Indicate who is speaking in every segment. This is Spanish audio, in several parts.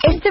Speaker 1: Este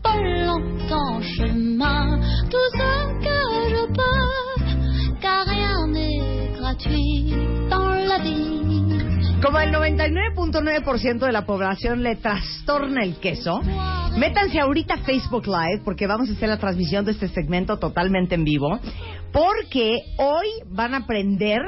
Speaker 2: Pas longtemps chemin, tout ce que je peux, car rien n'est gratuit dans la vie.
Speaker 3: Como el 99.9% de la población le trastorna el queso, métanse ahorita a Facebook Live porque vamos a hacer la transmisión de este segmento totalmente en vivo, porque hoy van a aprender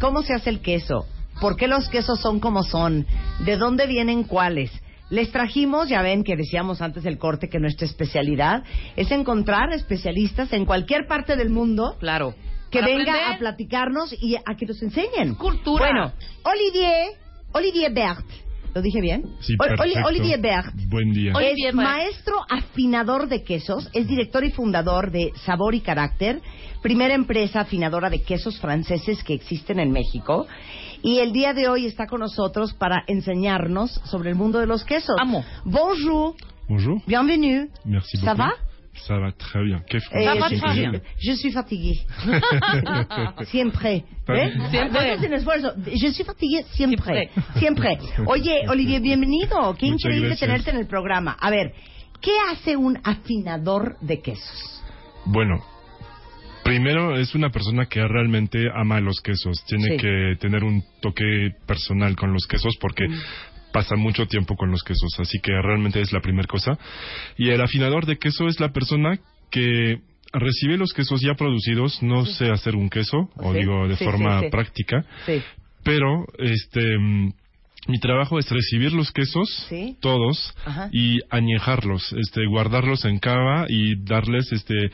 Speaker 3: cómo se hace el queso, por qué los quesos son como son, de dónde vienen cuáles. Les trajimos, ya ven que decíamos antes del corte que nuestra especialidad es encontrar especialistas en cualquier parte del mundo
Speaker 4: Claro.
Speaker 3: que
Speaker 4: Para
Speaker 3: venga
Speaker 4: aprender.
Speaker 3: a platicarnos y a que nos enseñen.
Speaker 4: Cultura.
Speaker 3: Bueno, Olivier, Olivier Bert. ¿Lo dije bien?
Speaker 5: Sí,
Speaker 3: Ol- Oli-
Speaker 5: perfecto.
Speaker 3: Olivier Bert.
Speaker 5: Buen día.
Speaker 4: Oye,
Speaker 3: Es
Speaker 4: Olivier Bert.
Speaker 3: maestro afinador de quesos, es director y fundador de Sabor y Carácter, primera empresa afinadora de quesos franceses que existen en México. Y el día de hoy está con nosotros para enseñarnos sobre el mundo de los quesos.
Speaker 4: Amo.
Speaker 3: Bonjour,
Speaker 5: Bonjour.
Speaker 3: bienvenue.
Speaker 5: Merci
Speaker 3: Ça
Speaker 5: beaucoup.
Speaker 3: va?
Speaker 5: Ça va très bien. Quel
Speaker 3: Eh,
Speaker 4: va
Speaker 3: je-
Speaker 5: français
Speaker 4: très bien.
Speaker 5: incroyable.
Speaker 3: Je suis fatigué. Siempre. ¿Eh?
Speaker 4: Siempre.
Speaker 3: No hacen esfuerzo. Je suis fatigué siempre. Siempre. Oye, Olivier, bienvenido. Qué
Speaker 5: Muchas
Speaker 3: increíble
Speaker 5: gracias.
Speaker 3: tenerte en el programa. A ver, ¿qué hace un afinador de quesos?
Speaker 5: Bueno, primero es una persona que realmente ama los quesos. Tiene
Speaker 3: Sí.
Speaker 5: que tener un toque personal con los quesos porque
Speaker 3: Mm.
Speaker 5: pasa mucho tiempo con los quesos. Así que realmente es la primera cosa. Y el afinador de queso es la persona que recibe los quesos ya producidos, no sé hacer un queso, o
Speaker 3: Sí,
Speaker 5: digo de
Speaker 3: sí, sí,
Speaker 5: forma
Speaker 3: sí.
Speaker 5: práctica,
Speaker 3: Sí.
Speaker 5: pero este mm, mi trabajo es recibir los quesos
Speaker 3: Sí.
Speaker 5: todos
Speaker 3: Ajá.
Speaker 5: y añejarlos, este guardarlos en cava y darles este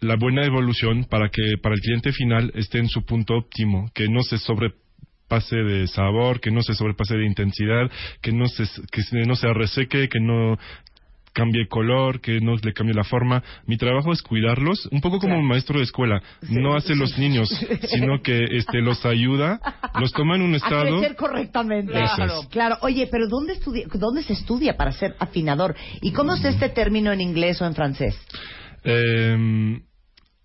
Speaker 5: la buena evolución para que para el cliente final esté en su punto óptimo, que no se sobrepase de sabor, que no se sobrepase de intensidad, que no se que se- no se reseque, que no cambie color, que no le cambie la forma. Mi trabajo es cuidarlos, un poco como
Speaker 3: Claro.
Speaker 5: un maestro de escuela. No hace los niños, sino que este, los ayuda, los toma en un
Speaker 3: A
Speaker 5: estado.
Speaker 3: crecer correctamente.
Speaker 5: Eso es.
Speaker 3: Claro. Oye, pero ¿dónde, estudi- ¿dónde se estudia para ser afinador? ¿Y cómo es este término en inglés o en francés?
Speaker 5: Eh,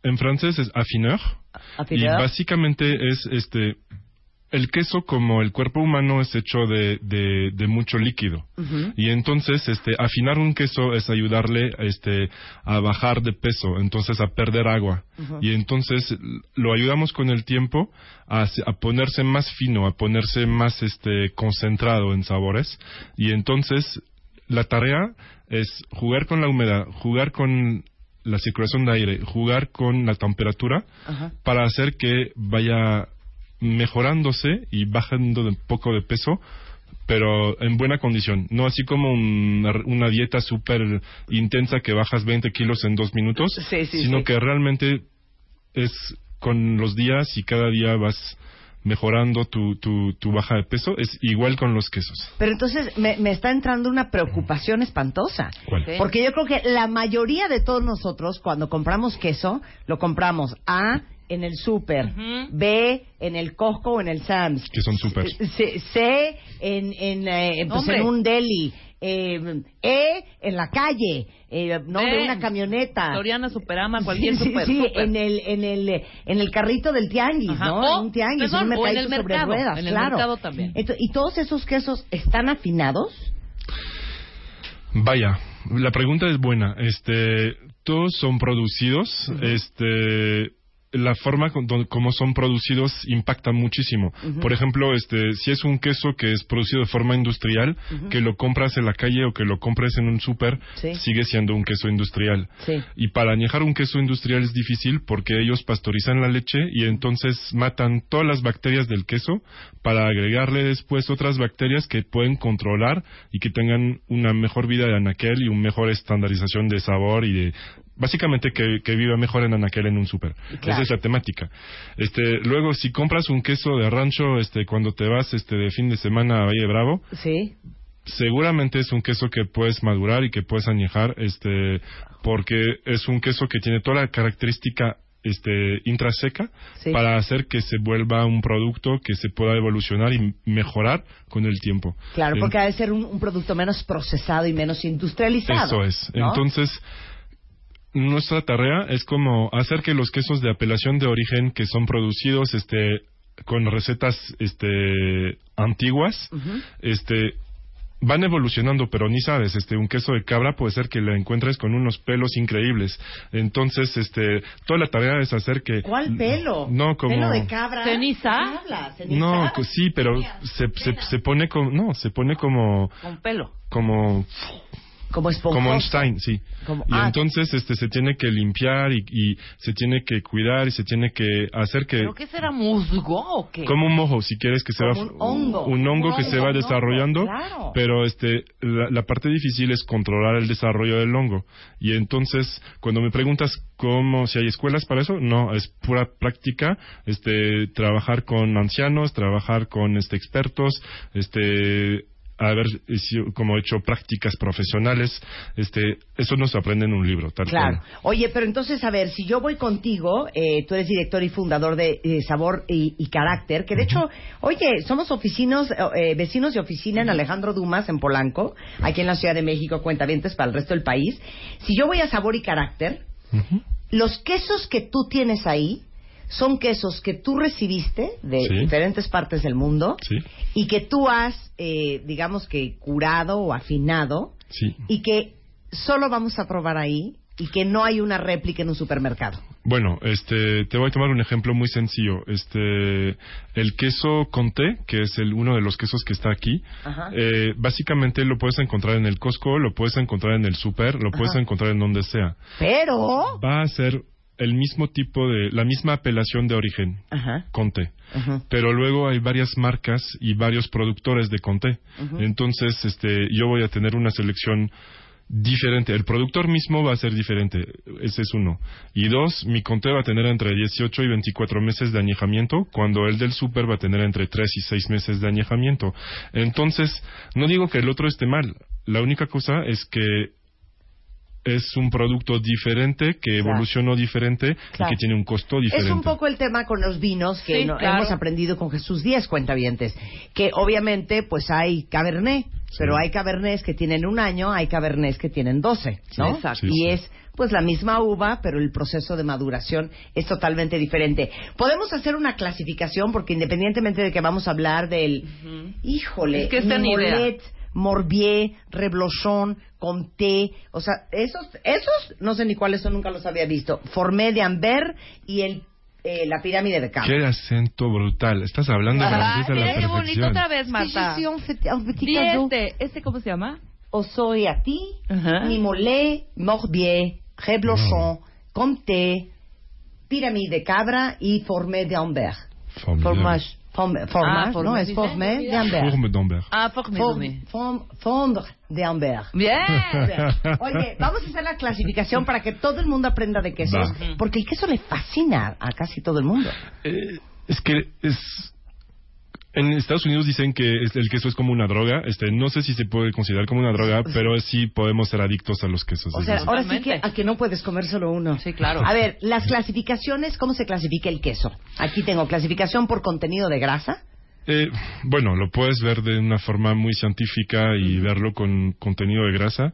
Speaker 5: en francés es affineur, y
Speaker 3: Afinador.
Speaker 5: básicamente es este. El queso, como el cuerpo humano, es hecho de, de, de mucho líquido. Y entonces, este, afinar un queso es ayudarle este, a bajar de peso, entonces a perder agua. Y entonces l- lo ayudamos con el tiempo a, se- a ponerse más fino, a ponerse más este, concentrado en sabores. Y entonces la tarea es jugar con la humedad, jugar con la circulación de aire, jugar con la temperatura para hacer que vaya mejorándose y bajando de un poco de peso, pero en buena condición. No así como un- una dieta súper intensa que bajas 20 kilos en dos minutos,
Speaker 4: Sí, sí,
Speaker 5: sino
Speaker 4: sí.
Speaker 5: que realmente es con los días y cada día vas mejorando tu, tu, tu baja de peso. Es igual con los quesos.
Speaker 3: Pero entonces me, me está entrando una preocupación espantosa.
Speaker 5: ¿Cuál?
Speaker 4: Sí.
Speaker 3: Porque yo creo que la mayoría de todos nosotros, cuando compramos queso, lo compramos a en el súper, B en el Costco o en el Sam's,
Speaker 5: Que son súper.
Speaker 3: C, C en, en, eh, pues,
Speaker 4: Hombre.
Speaker 3: en un deli, eh, E en la calle, eh, no
Speaker 4: D
Speaker 3: de
Speaker 4: en
Speaker 3: una camioneta.
Speaker 4: Soriana, Superama,
Speaker 3: Sí,
Speaker 4: cualquier
Speaker 3: sí,
Speaker 4: super.
Speaker 3: sí,
Speaker 4: super.
Speaker 3: en el en el eh, en el carrito del tianguis,
Speaker 4: Ajá.
Speaker 3: ¿no?
Speaker 4: O,
Speaker 3: en un tianguis,
Speaker 4: perdón,
Speaker 3: un
Speaker 4: o en
Speaker 3: mercadito
Speaker 4: el
Speaker 3: sobre
Speaker 4: mercado,
Speaker 3: ruedas,
Speaker 4: en el
Speaker 3: claro.
Speaker 4: mercado también.
Speaker 3: Ento- y todos esos quesos están afinados.
Speaker 5: Vaya, la pregunta es buena. Este, todos son producidos, este la forma con- don- como son producidos impacta muchísimo. Por ejemplo, este, si es un queso que es producido de forma industrial, que lo compras en la calle o que lo compres en un súper,
Speaker 3: Sí.
Speaker 5: sigue siendo un queso industrial.
Speaker 3: Sí.
Speaker 5: Y para añejar un queso industrial es difícil porque ellos pasteurizan la leche y entonces matan todas las bacterias del queso para agregarle después otras bacterias que pueden controlar y que tengan una mejor vida de anaquel y una mejor estandarización de sabor y de básicamente que, que viva mejor en anaquel en un súper. Esa es la temática. Este, luego si compras un queso de rancho este cuando te vas este de fin de semana a Valle Bravo,
Speaker 3: Sí.
Speaker 5: seguramente es un queso que puedes madurar y que puedes añejar, este, porque es un queso que tiene toda la característica este, intraseca
Speaker 3: Sí.
Speaker 5: para hacer que se vuelva un producto que se pueda evolucionar y mejorar con el tiempo.
Speaker 3: Claro,
Speaker 5: En-
Speaker 3: porque ha de ser un, un producto menos procesado y menos industrializado.
Speaker 5: Eso es.
Speaker 3: ¿no?
Speaker 5: Entonces, nuestra tarea es como hacer que los quesos de apelación de origen que son producidos este, con recetas este, antiguas, este, van evolucionando, pero ni sabes, este, un queso de cabra puede ser que la encuentres con unos pelos increíbles. Entonces, este, toda la tarea es hacer que...
Speaker 3: ¿Cuál pelo?
Speaker 5: No, como...
Speaker 3: ¿Pelo de cabra?
Speaker 4: ¿Ceniza?
Speaker 3: ¿Qué habla? ¿Ceniza?
Speaker 5: No, co- sí, pero se, se, se pone como... No, se pone como...
Speaker 4: Con pelo.
Speaker 5: Como
Speaker 3: Como esponjoso.
Speaker 5: como Einstein, sí.
Speaker 3: Como-
Speaker 5: y
Speaker 3: ah.
Speaker 5: entonces este se tiene que limpiar y, y se tiene que cuidar y se tiene que hacer que
Speaker 4: ¿Pero qué será musgo o qué?
Speaker 5: como un mojo, si quieres que se
Speaker 3: Como
Speaker 5: va
Speaker 3: un hongo.
Speaker 5: un hongo
Speaker 3: Un
Speaker 5: que se
Speaker 3: hongo,
Speaker 5: va
Speaker 3: un hongo,
Speaker 5: desarrollando,
Speaker 3: claro.
Speaker 5: pero este la, la parte difícil es controlar el desarrollo del hongo. Y entonces, cuando me preguntas cómo si hay escuelas para eso, no, es pura práctica, este trabajar con ancianos, trabajar con este expertos, este haber hecho- como hecho prácticas profesionales, este eso nos aprende en un libro, tal
Speaker 3: Claro.
Speaker 5: cual.
Speaker 3: Oye, pero entonces, a ver, si yo voy contigo, eh, tú eres director y fundador de eh, Sabor y, y Carácter, que de hecho, oye, somos oficinos, eh, eh, vecinos de oficina en Alejandro Dumas, en Polanco, aquí en la Ciudad de México, cuentavientes para el resto del país. Si yo voy a Sabor y Carácter, los quesos que tú tienes ahí son quesos que tú recibiste de
Speaker 5: Sí.
Speaker 3: diferentes partes del mundo
Speaker 5: Sí.
Speaker 3: y que tú has, eh, digamos que, curado o afinado
Speaker 5: Sí.
Speaker 3: y que solo vamos a probar ahí y que no hay una réplica en un supermercado.
Speaker 5: Bueno, este, te voy a tomar un ejemplo muy sencillo. Este, el queso Conté, que es el, uno de los quesos que está aquí,
Speaker 3: Ajá.
Speaker 5: eh, básicamente lo puedes encontrar en el Costco, lo puedes encontrar en el super, lo puedes encontrar en donde sea.
Speaker 3: Pero
Speaker 5: Va a ser el mismo tipo de, la misma apelación de origen,
Speaker 3: Ajá.
Speaker 5: Conté.
Speaker 3: Ajá.
Speaker 5: Pero luego hay varias marcas y varios productores de Conté. Entonces, este, yo voy a tener una selección diferente. El productor mismo va a ser diferente. Ese es uno. Y dos, mi Conté va a tener entre 18 y 24 meses de añejamiento, cuando el del super va a tener entre 3 y 6 meses de añejamiento. Entonces, no digo que el otro esté mal. La única cosa es que es un producto diferente, que
Speaker 3: Claro.
Speaker 5: evolucionó diferente
Speaker 3: Claro.
Speaker 5: y que tiene un costo diferente.
Speaker 3: es un poco el tema con los vinos que
Speaker 4: Sí,
Speaker 3: no-
Speaker 4: claro.
Speaker 3: hemos aprendido con Jesús Díaz Cuentavientes, que obviamente pues hay cabernet, pero hay cabernets que tienen un año, hay cabernets que tienen 12, ¿no?
Speaker 4: Sí, exacto.
Speaker 5: Sí,
Speaker 3: y
Speaker 5: sí.
Speaker 3: es pues la misma uva, pero el proceso de maduración es totalmente diferente. Podemos hacer una clasificación porque independientemente de que vamos a hablar del, híjole,
Speaker 4: Es que esta ni idea.
Speaker 3: Mimolet, Morbier, Reblochon, Comté, o sea, esos, esos no sé ni cuáles son, nunca los había visto. Formé de Amber y el, eh, la pirámide de Cabo.
Speaker 5: Qué acento brutal. Estás hablando
Speaker 4: Ah,
Speaker 5: francés a la
Speaker 4: mira qué bonito
Speaker 5: perfección.
Speaker 4: otra vez, Marta.
Speaker 3: Sí, sí, sí, un feti- un petit
Speaker 4: Di
Speaker 3: cadeau.
Speaker 4: este, ¿este cómo se llama?
Speaker 3: Osoy a ti,
Speaker 4: Ajá.
Speaker 3: Mimolet, Morbier, Reblochon, Comté, pirámide de Cabra y Formé de Amber.
Speaker 5: Formidable.
Speaker 3: Formage, form- formage,
Speaker 4: formé,
Speaker 3: no, es
Speaker 4: dice.
Speaker 3: Formé de Amber.
Speaker 5: Fourme d'Ambert.
Speaker 4: Ah, Forme
Speaker 3: Form- form- Fondre de Amber.
Speaker 4: Bien.
Speaker 3: Oye, vamos a hacer la clasificación para que todo el mundo aprenda de quesos,
Speaker 5: Va.
Speaker 3: porque el queso le fascina a casi todo el mundo.
Speaker 5: Eh, es que es en Estados Unidos dicen que es- el queso es como una droga. Este, no sé si se puede considerar como una droga, pero sí podemos ser adictos a los quesos.
Speaker 3: O sea,
Speaker 5: desde-
Speaker 3: ahora sí que
Speaker 4: Totalmente.
Speaker 3: a que no puedes comer solo uno.
Speaker 4: Sí, claro.
Speaker 3: A ver, las clasificaciones, ¿cómo se clasifica el queso? Aquí tengo clasificación por contenido de grasa.
Speaker 5: Eh, bueno, lo puedes ver de una forma muy científica y verlo con contenido de grasa.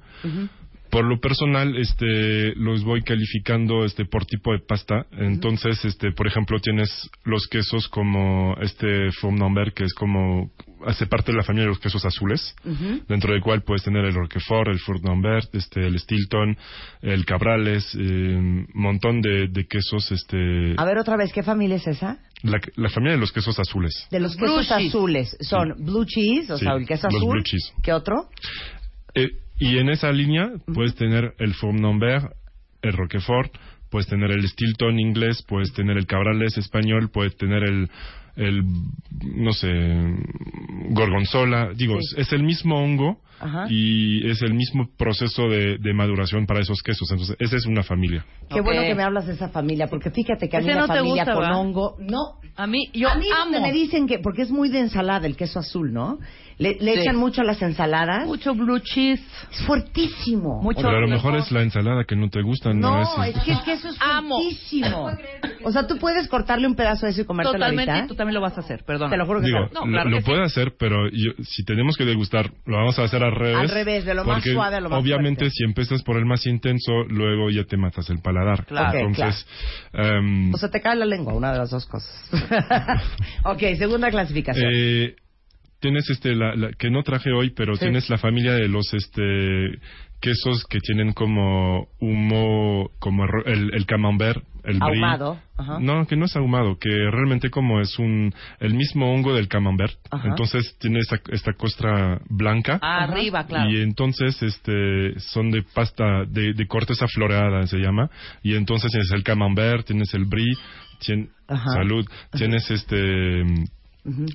Speaker 5: Por lo personal, este, los voy calificando este por tipo de pasta. Entonces, este, por ejemplo, tienes los quesos como este Fondambert, que es como hace parte de la familia de los quesos azules, dentro del cual puedes tener el Roquefort, el Fondambert, este, el Stilton, el Cabrales, eh, un montón de, de quesos. Este,
Speaker 3: A ver otra vez, ¿qué familia es esa?
Speaker 5: la, la familia de los quesos azules.
Speaker 3: De los
Speaker 4: Blue
Speaker 3: quesos
Speaker 4: cheese.
Speaker 3: azules. Son blue cheese, o
Speaker 5: Sí,
Speaker 3: sea, el queso
Speaker 5: los
Speaker 3: azul.
Speaker 5: blue cheese.
Speaker 3: ¿Qué otro?
Speaker 5: Eh, y en esa línea puedes tener el Fondambert, el Roquefort, puedes tener el Stilton inglés, puedes tener el Cabrales español, puedes tener el, el no sé, Gorgonzola. Digo,
Speaker 3: Sí.
Speaker 5: es el mismo hongo
Speaker 3: Ajá.
Speaker 5: y es el mismo proceso de, de maduración para esos quesos. Entonces, esa es una familia.
Speaker 3: Qué
Speaker 4: Ok.
Speaker 3: bueno que me hablas de esa familia, porque fíjate que a mí
Speaker 4: Ese
Speaker 3: la
Speaker 4: no te
Speaker 3: familia
Speaker 4: gusta,
Speaker 3: con
Speaker 4: ¿va?
Speaker 3: hongo... No,
Speaker 4: A mí, yo
Speaker 3: a mí
Speaker 4: amo.
Speaker 3: donde me dicen que... Porque es muy de ensalada el queso azul, ¿no? Le, le
Speaker 4: Sí.
Speaker 3: echan mucho a las ensaladas.
Speaker 4: Mucho blue cheese.
Speaker 3: Es fuertísimo.
Speaker 4: Mucho
Speaker 5: Pero a lo mejor
Speaker 4: roquefort.
Speaker 5: es la ensalada que no te gusta, no,
Speaker 3: No,
Speaker 5: es...
Speaker 3: es que el queso es
Speaker 4: Amo.
Speaker 3: fuertísimo. O sea, tú puedes cortarle un pedazo de eso y comértelo
Speaker 4: Totalmente, y
Speaker 3: ahorita.
Speaker 4: tú también lo vas a hacer, perdón.
Speaker 3: Te lo juro que
Speaker 5: Digo,
Speaker 3: no.
Speaker 4: No,
Speaker 5: lo-
Speaker 4: claro
Speaker 5: lo,
Speaker 4: que sí.
Speaker 5: puede hacer, pero yo- si tenemos que degustar, lo vamos a hacer al revés.
Speaker 3: Al revés, de lo más
Speaker 5: porque
Speaker 3: suave a lo más
Speaker 5: Obviamente,
Speaker 3: fuerte.
Speaker 5: si empiezas por el más intenso, luego ya te matas el paladar.
Speaker 3: Claro. Ok,
Speaker 5: Entonces, em,
Speaker 3: O sea, te cae la lengua, una de las dos cosas. ok, segunda clasificación.
Speaker 5: eh, tienes este, la, la- que no traje hoy, pero
Speaker 3: Sí.
Speaker 5: tienes la familia de los este quesos que tienen como humo, como ro- el, el camembert, el brie.
Speaker 3: Ahumado, ajá.
Speaker 5: No, que no es ahumado, que realmente como es un el mismo hongo del camembert,
Speaker 3: Ajá.
Speaker 5: entonces tiene esta, esta costra blanca.
Speaker 4: Ah, Arriba, claro.
Speaker 5: Y entonces este son de pasta de, de corteza floreada se llama y entonces tienes el camembert, tienes el brie, tien-
Speaker 3: Ajá.
Speaker 5: salud, tienes este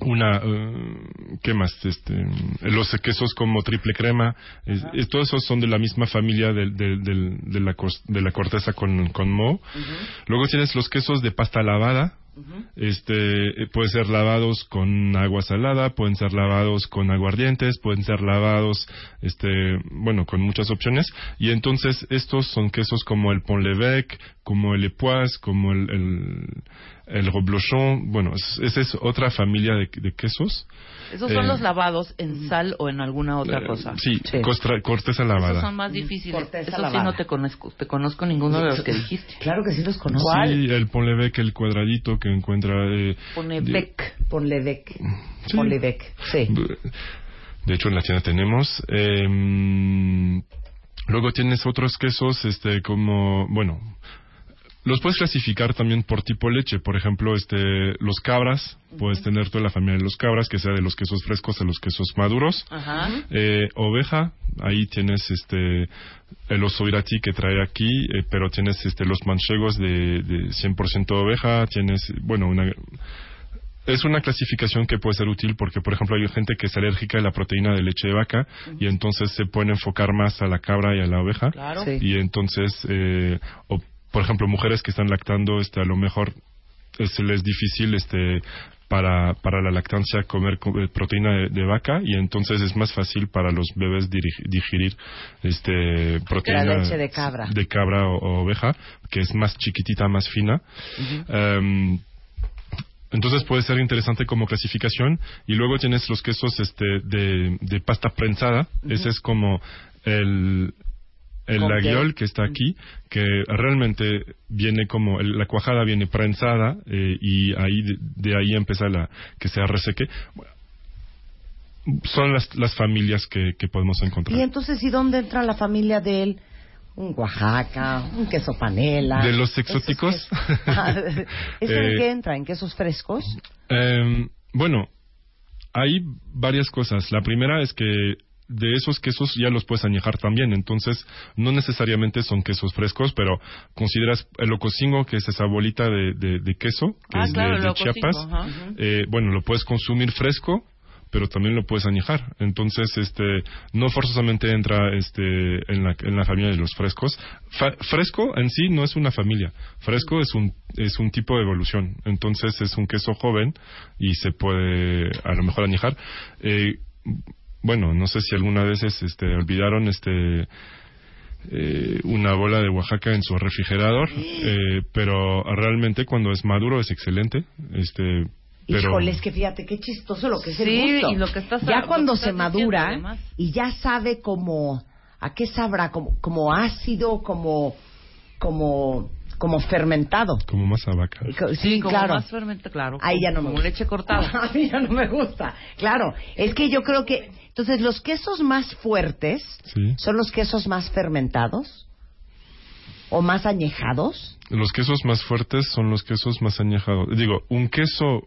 Speaker 5: una eh, qué más este los quesos como triple crema es- es- todos esos son de la misma familia del- del- del- de, la cos- de la corteza con con moho luego tienes los quesos de pasta lavada este eh, pueden ser lavados con agua salada pueden ser lavados con aguardientes pueden ser lavados este bueno con muchas opciones y entonces estos son quesos como el pont l'évêque como el epoisse como el, el el reblochon bueno es- esa es otra familia de, de quesos
Speaker 4: Esos son
Speaker 5: Eh,
Speaker 4: los lavados en sal o en alguna otra
Speaker 5: Eh,
Speaker 4: cosa.
Speaker 5: sí,
Speaker 3: Sí.
Speaker 5: costra- corteza
Speaker 4: Esos
Speaker 5: lavada
Speaker 4: son más difíciles.
Speaker 3: corteza
Speaker 4: Eso sí
Speaker 3: lavada.
Speaker 4: no te conozco, te conozco ninguno de los que dijiste.
Speaker 3: Claro que sí los conozco.
Speaker 5: sí el pont l'évêque el cuadradito que encuentra eh,
Speaker 4: Pone
Speaker 5: de-
Speaker 4: bec.
Speaker 3: Ponle Beck.
Speaker 5: Sí.
Speaker 3: Ponle Beck. Sí.
Speaker 5: De hecho, en la tienda tenemos. em, luego tienes otros quesos, este, como, bueno, los puedes clasificar también por tipo leche. Por ejemplo, este, los cabras, puedes tener toda la familia de los cabras, que sea de los quesos frescos a los quesos maduros.
Speaker 4: Ajá.
Speaker 5: Eh, oveja, ahí tienes este el oso irati que trae aquí, eh, pero tienes este los manchegos de, de 100% oveja, tienes, bueno, una es una clasificación que puede ser útil porque, por ejemplo, hay gente que es alérgica a la proteína de leche de vaca y entonces se pueden enfocar más a la cabra y a la oveja.
Speaker 4: Claro.
Speaker 3: Sí.
Speaker 5: Y entonces, eh, o, por ejemplo, mujeres que están lactando, este, a lo mejor eh, se les es difícil este, para, para la lactancia comer co- eh, proteína de, de vaca y entonces es más fácil para los bebés diri- digerir este, proteína
Speaker 3: leche de cabra.
Speaker 5: de cabra o, o oveja, que es más chiquitita, más fina. Em, entonces puede ser interesante como clasificación. Y luego tienes los quesos este, de, de pasta prensada. Ese es como el, el
Speaker 3: Con
Speaker 5: aguiol que está aquí, que realmente viene como, el- la cuajada viene prensada eh, y ahí de, de ahí empieza la que se reseque. Son las, las familias que, que podemos encontrar.
Speaker 3: Y entonces, ¿y dónde entra la familia de él? Ah. Un Oaxaca, un queso panela.
Speaker 5: ¿De los
Speaker 3: esos
Speaker 5: exóticos?
Speaker 3: quesos. Ah, ¿Eso en
Speaker 5: Eh,
Speaker 3: qué entra? ¿En quesos frescos?
Speaker 5: Eh, bueno, hay varias cosas. La primera es que de esos quesos ya los puedes añejar también, entonces no necesariamente son quesos frescos, pero consideras el ocosingo, que es esa bolita de, de- de queso, que
Speaker 4: Ah,
Speaker 5: es de-
Speaker 4: claro,
Speaker 5: de,
Speaker 4: el ocosingo,
Speaker 5: Chiapas.
Speaker 4: ajá.
Speaker 5: Eh, bueno, lo puedes consumir fresco, pero también lo puedes añejar. Entonces, este, no forzosamente entra este, en, la, en la familia de los frescos. Fa- fresco en sí no es una familia. Fresco es un, es un tipo de evolución. Entonces, es un queso joven y se puede a lo mejor añejar. Eh, bueno, no sé si alguna vez es, este, olvidaron este, eh, una bola de Oaxaca en su refrigerador, eh, pero realmente cuando es maduro es excelente. Este, pero
Speaker 3: Híjole, es que fíjate qué chistoso lo que es
Speaker 4: Sí,
Speaker 3: el gusto.
Speaker 4: y lo que estás- lo
Speaker 3: ya
Speaker 4: que
Speaker 3: cuando
Speaker 4: estás
Speaker 3: se
Speaker 4: diciendo,
Speaker 3: madura
Speaker 4: además.
Speaker 3: y ya sabe como a qué sabrá, como, como ácido, como como como fermentado.
Speaker 5: como más a vaca.
Speaker 3: Sí,
Speaker 4: Sí, como
Speaker 3: claro.
Speaker 4: más fermento, claro.
Speaker 3: Ahí ya no me
Speaker 4: Como
Speaker 3: gusta.
Speaker 4: leche cortada.
Speaker 3: A mí ya no me gusta. Claro, es que yo creo que entonces los quesos más fuertes
Speaker 5: Sí.
Speaker 3: son los quesos más fermentados o más añejados.
Speaker 5: Los quesos más fuertes son los quesos más añejados. Digo, un queso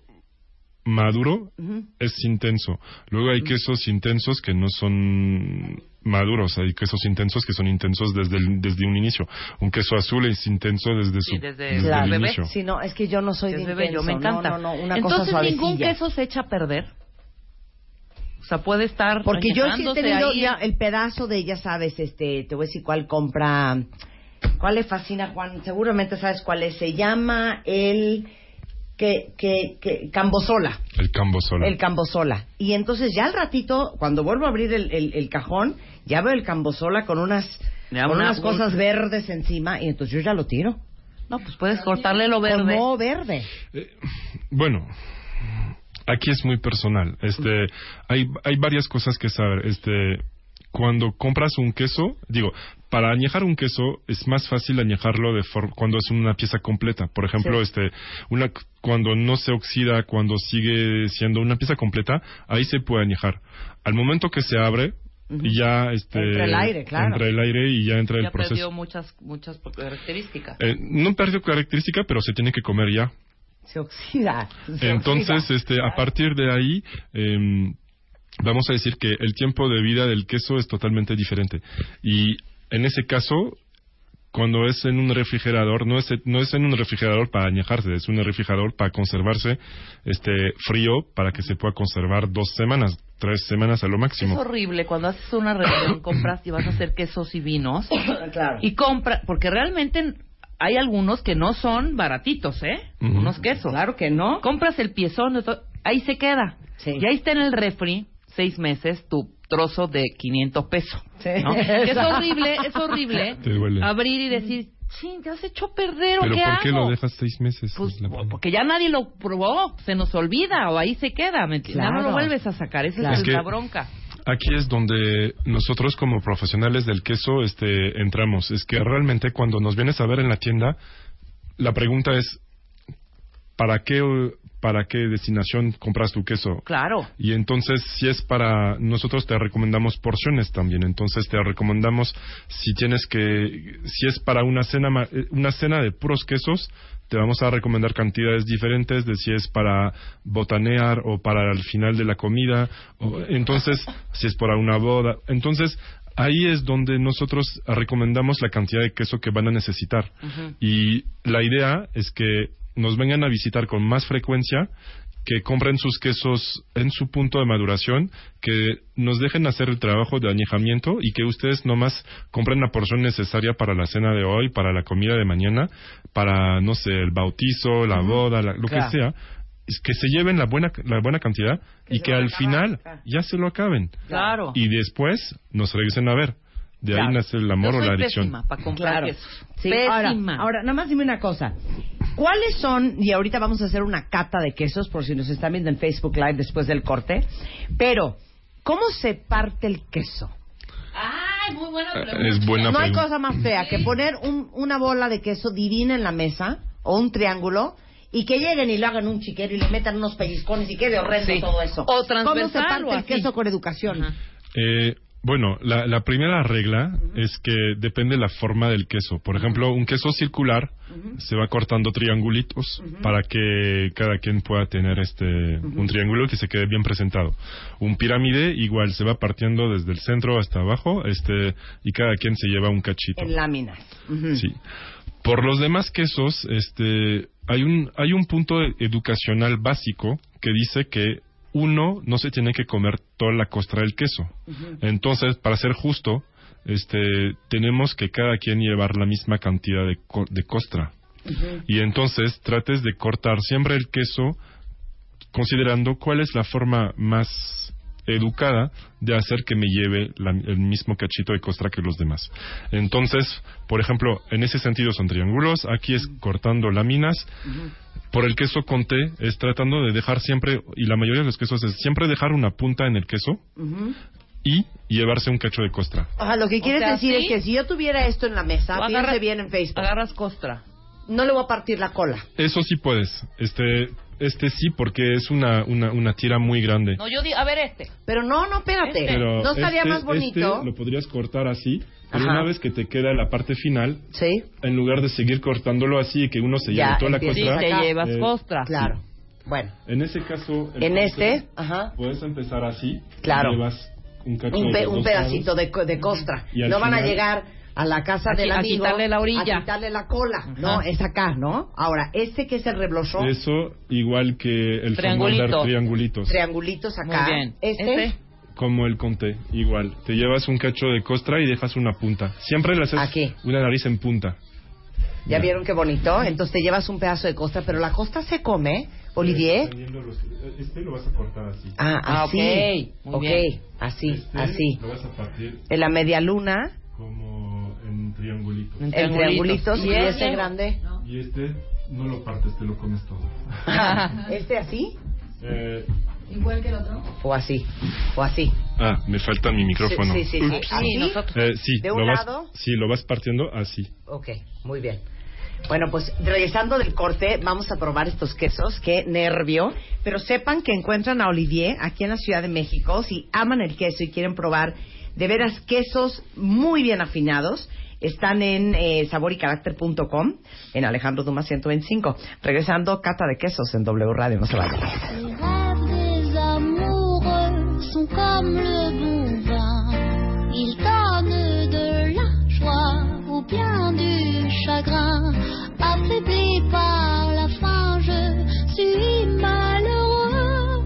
Speaker 5: maduro es intenso. Luego
Speaker 4: Mm.
Speaker 5: hay quesos intensos que no son maduros. Hay quesos intensos que son intensos desde, el- desde un inicio. Un queso azul es intenso desde su
Speaker 4: Sí, desde
Speaker 5: desde
Speaker 4: Claro.
Speaker 5: el
Speaker 4: bebé.
Speaker 5: inicio.
Speaker 3: Si no, es que yo no soy
Speaker 4: Desde
Speaker 3: de
Speaker 4: bello,
Speaker 3: intenso.
Speaker 4: me encanta.
Speaker 3: No, no, no, una cosa
Speaker 4: Entonces ningún
Speaker 3: suavecilla.
Speaker 4: queso se echa a perder. O sea, puede estar
Speaker 3: Porque yo sí he
Speaker 4: añejándose
Speaker 3: tenido
Speaker 4: ahí.
Speaker 3: ya el pedazo de, ya sabes, este, te voy a decir cuál compra, cuál le fascina a Juan, seguramente sabes cuál es, se llama el que, que, que, Cambosola,
Speaker 5: El cambosola.
Speaker 3: el Cambosola. Y entonces ya al ratito, cuando vuelvo a abrir el, el- el cajón, ya veo el Cambosola con unas,
Speaker 4: Ya
Speaker 3: con
Speaker 4: una-
Speaker 3: unas cosas verdes encima y entonces yo ya lo tiro.
Speaker 4: No, pues puedes cortarle lo verde.
Speaker 3: Con moho verde.
Speaker 5: Bueno, aquí es muy personal. Este, hay, hay varias cosas que saber. Este, cuando compras un queso, digo, para añejar un queso es más fácil añejarlo de for- cuando es una pieza completa. Por ejemplo,
Speaker 3: Sí.
Speaker 5: este, una cuando no se oxida, cuando sigue siendo una pieza completa, ahí se puede añejar. Al momento que se abre, ya este
Speaker 3: Entra el aire, claro.
Speaker 5: entra el aire y ya entra
Speaker 4: Ya
Speaker 5: el proceso.
Speaker 4: perdió muchas, muchas características.
Speaker 5: Eh, no perdió característica, pero se tiene que comer ya.
Speaker 3: Se oxida. se
Speaker 5: Entonces,
Speaker 3: oxida.
Speaker 5: este, a partir de ahí, em, vamos a decir que el tiempo de vida del queso es totalmente diferente. Y en ese caso, cuando es en un refrigerador, no es, no es en un refrigerador para añejarse, es un refrigerador para conservarse este, frío, para que se pueda conservar dos semanas, tres semanas a lo
Speaker 4: Es
Speaker 5: máximo.
Speaker 4: horrible cuando haces una reunión, compras y vas a hacer quesos y vinos.
Speaker 3: claro.
Speaker 4: Y compra, porque realmente hay algunos que no son baratitos, ¿eh?
Speaker 5: Ujú.
Speaker 4: Unos quesos.
Speaker 3: Claro que no.
Speaker 4: Compras el piezón, esto- ahí se queda.
Speaker 3: Sí.
Speaker 4: Y ahí está en el refri, seis meses, tu trozo de 500 pesos.
Speaker 3: Sí.
Speaker 4: ¿no? Que es horrible, es horrible
Speaker 5: Te duele.
Speaker 4: abrir y decir, ching, te has hecho perder, ¿o
Speaker 5: Pero
Speaker 4: qué
Speaker 5: ¿por qué
Speaker 4: hago?".
Speaker 5: lo dejas seis meses?
Speaker 4: Pues,
Speaker 5: Es la-
Speaker 4: porque ya nadie lo probó, se nos olvida o ahí se queda, ¿me entiendes? Ya
Speaker 3: Claro.
Speaker 4: no lo vuelves a sacar, esa
Speaker 3: Claro.
Speaker 4: es,
Speaker 5: Es que-
Speaker 4: la bronca.
Speaker 5: Aquí es donde nosotros como profesionales del queso este, entramos. Es que realmente cuando nos vienes a ver en la tienda, la pregunta es, ¿para qué, eh, para qué destinación compras tu queso?
Speaker 4: Claro.
Speaker 5: Y entonces, si es para nosotros, te recomendamos porciones también. Entonces, te recomendamos si tienes que, si es para una cena, ma- eh, una cena de puros quesos, te vamos a recomendar cantidades diferentes de si es para botanear o para el final de la comida. o- entonces, si es para una boda. Entonces, ahí es donde nosotros recomendamos la cantidad de queso que van a necesitar. Y la idea es que nos vengan a visitar con más frecuencia que compren sus quesos en su punto de maduración, que nos dejen hacer el trabajo de añejamiento y que ustedes nomás compren la porción necesaria para la cena de hoy, para la comida de mañana, para, no sé, el bautizo, la boda, la- lo
Speaker 3: Claro.
Speaker 5: que sea, es que se lleven la buena, la buena cantidad y que al final ya se lo acaben.
Speaker 4: Claro.
Speaker 5: Y después nos regresen a ver. De
Speaker 3: Claro.
Speaker 5: ahí nace el amor
Speaker 4: Yo
Speaker 5: o
Speaker 4: soy
Speaker 5: la adicción.
Speaker 4: pésima para comprar
Speaker 3: Claro.
Speaker 4: quesos.
Speaker 3: Sí, ahora,
Speaker 4: pésima.
Speaker 3: ahora, nada más dime una cosa. ¿Cuáles son, y ahorita vamos a hacer una cata de quesos por si nos están viendo en Facebook Live después del corte, pero ¿cómo se parte el queso?
Speaker 4: Ay, muy buena pregunta.
Speaker 5: Es buena
Speaker 3: no hay
Speaker 5: pregunta.
Speaker 3: cosa más fea que poner un- una bola de queso divina en la mesa o un triángulo y que lleguen y lo hagan un chiquero y le metan unos pellizcones y quede horrendo
Speaker 4: Sí.
Speaker 3: todo eso.
Speaker 4: O
Speaker 3: ¿Cómo
Speaker 4: transversal
Speaker 3: se parte
Speaker 4: o
Speaker 3: el
Speaker 4: así.
Speaker 3: queso con educación?
Speaker 4: Ajá.
Speaker 5: Eh, bueno, la, la primera regla es que depende la forma del queso. Por ejemplo, un queso circular se va cortando triangulitos para que cada quien pueda tener este un triángulo que se quede bien presentado. Un pirámide igual se va partiendo desde el centro hasta abajo, este y cada quien se lleva un cachito.
Speaker 3: En láminas. Ujú.
Speaker 5: Sí. Por los demás quesos, este, hay un hay un punto educacional básico que dice que uno no se tiene que comer toda la costra del queso. Entonces, para ser justo, este, tenemos que cada quien llevar la misma cantidad de, co- de costra. Y entonces trates de cortar siempre el queso considerando cuál es la forma más educada de hacer que me lleve la- el mismo cachito de costra que los demás. Entonces, por ejemplo, en ese sentido son triángulos, aquí es cortando láminas, por el queso con té es tratando de dejar siempre, y la mayoría de los quesos es siempre dejar una punta en el queso y llevarse un cacho de costra.
Speaker 3: Ajá, lo que quieres
Speaker 4: sea,
Speaker 3: decir
Speaker 4: sí.
Speaker 3: es que si yo tuviera esto en la mesa,
Speaker 4: Tú
Speaker 3: fíjense
Speaker 4: agarras-
Speaker 3: bien en Facebook,
Speaker 4: Agarras costra.
Speaker 3: no le voy a partir la cola.
Speaker 5: Eso sí puedes, este, este sí porque es una, una, una tira muy grande.
Speaker 4: No, yo di, a ver este.
Speaker 3: Pero no, no, espérate.
Speaker 5: Pero
Speaker 3: Eh, no estaría
Speaker 5: este-
Speaker 3: más bonito.
Speaker 5: este lo podrías cortar así, pero
Speaker 3: Ajá.
Speaker 5: una vez que te queda la parte final,
Speaker 3: Sí,
Speaker 5: en lugar de seguir cortándolo así y que uno se lleve
Speaker 3: Ya,
Speaker 5: toda la
Speaker 3: empieza.
Speaker 4: Sí,
Speaker 5: costra.
Speaker 4: te
Speaker 3: acá.
Speaker 4: llevas
Speaker 5: eh,
Speaker 4: costra.
Speaker 3: claro. Bueno,
Speaker 5: En ese caso,
Speaker 3: en
Speaker 5: entonces,
Speaker 3: este, ajá,
Speaker 5: puedes empezar así.
Speaker 3: Claro.
Speaker 5: Llevas un, cacho
Speaker 3: un,
Speaker 5: de
Speaker 3: pe-
Speaker 5: los
Speaker 3: un
Speaker 5: dos
Speaker 3: pedacito
Speaker 5: lados.
Speaker 3: de, co- de costra.
Speaker 5: Y al
Speaker 3: No van a
Speaker 5: final-
Speaker 3: llegar a la casa
Speaker 4: A qui-
Speaker 3: del
Speaker 4: a
Speaker 3: amigo
Speaker 4: quitarle la orilla.
Speaker 3: a quitarle la cola. No, es acá, ¿no? Ahora, este que es el reblochón,
Speaker 5: Eso igual que el
Speaker 4: Triangulito.
Speaker 5: famoso dar triangulitos,
Speaker 3: triangulitos
Speaker 4: Muy
Speaker 3: acá.
Speaker 4: bien.
Speaker 3: Este,
Speaker 5: como el conté, igual. Te llevas un cacho de costra y dejas una punta. Siempre le haces
Speaker 3: Aquí.
Speaker 5: una nariz en punta.
Speaker 3: ¿ya vieron qué bonito? Entonces te llevas un pedazo de costra, pero la costra se come, Olivier.
Speaker 5: Este lo vas a cortar así. Este
Speaker 3: Ah,
Speaker 4: Ah,
Speaker 3: así.
Speaker 4: ok, muy
Speaker 3: Ok,
Speaker 4: bien.
Speaker 3: así, así.
Speaker 5: Lo vas a partir
Speaker 3: En la media luna,
Speaker 5: como en triangulito.
Speaker 4: En
Speaker 3: el triangulito,
Speaker 4: triangulitos.
Speaker 3: y este grande.
Speaker 5: Y este no lo partes, te lo comes todo. Eh,
Speaker 3: ¿Este así? O así, o así.
Speaker 5: ah, me falta mi micrófono.
Speaker 3: Sí, sí, sí.
Speaker 5: Ups.
Speaker 3: Así,
Speaker 4: nosotros.
Speaker 5: Eh, sí,
Speaker 3: ¿De
Speaker 5: lo
Speaker 3: un
Speaker 5: vas,
Speaker 3: lado?
Speaker 5: Sí, lo vas partiendo así.
Speaker 3: Ok, muy bien. Bueno, pues regresando del corte, vamos a probar estos quesos. Qué nervio. Pero sepan que encuentran a Olivier aquí en la Ciudad de México. Si aman el queso y quieren probar de veras quesos muy bien afinados, están en eh, saborycaracter.com, en Alejandro Dumas 125. Regresando, cata de quesos en W Radio. No se vayan.
Speaker 2: Les rêves des amoureux sont comme le bon vin. Ils donnent de la joie ou bien du chagrin. Affaibli par la faim, je suis malheureux.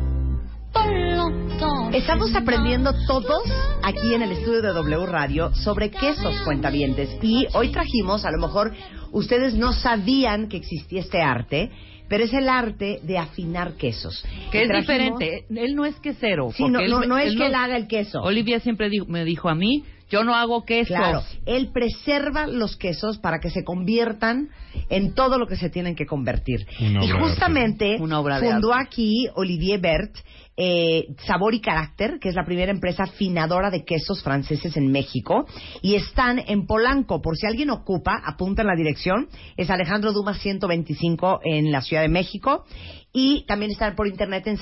Speaker 2: Pas longtemps.
Speaker 3: Estamos
Speaker 2: je
Speaker 3: aprendiendo
Speaker 2: m'en
Speaker 3: todos aquí en el estudio de W Radio sobre quesos cuentavientes y hoy trajimos, a lo mejor ustedes no sabían que existía este arte, pero es el arte de afinar quesos.
Speaker 4: Que
Speaker 3: Y
Speaker 4: es
Speaker 3: trajimos-
Speaker 4: diferente. Él no es quesero.
Speaker 3: Sí,
Speaker 4: porque
Speaker 3: no,
Speaker 4: él-
Speaker 3: no, no es
Speaker 4: él
Speaker 3: que él haga el queso.
Speaker 4: Olivia siempre dijo- me dijo a mí, yo no hago queso.
Speaker 3: Claro, él preserva los quesos para que se conviertan en todo lo que se tienen que convertir.
Speaker 5: Una
Speaker 3: y
Speaker 5: obra de
Speaker 3: justamente
Speaker 4: arte. Una obra de
Speaker 3: fundó aquí Olivier Bert eh, Sabor y Carácter, que es la primera empresa afinadora de quesos franceses en México, y están en Polanco. Por si alguien ocupa, apunta en la dirección. Es Alejandro Dumas 125 en la Ciudad de México. Y también están por internet en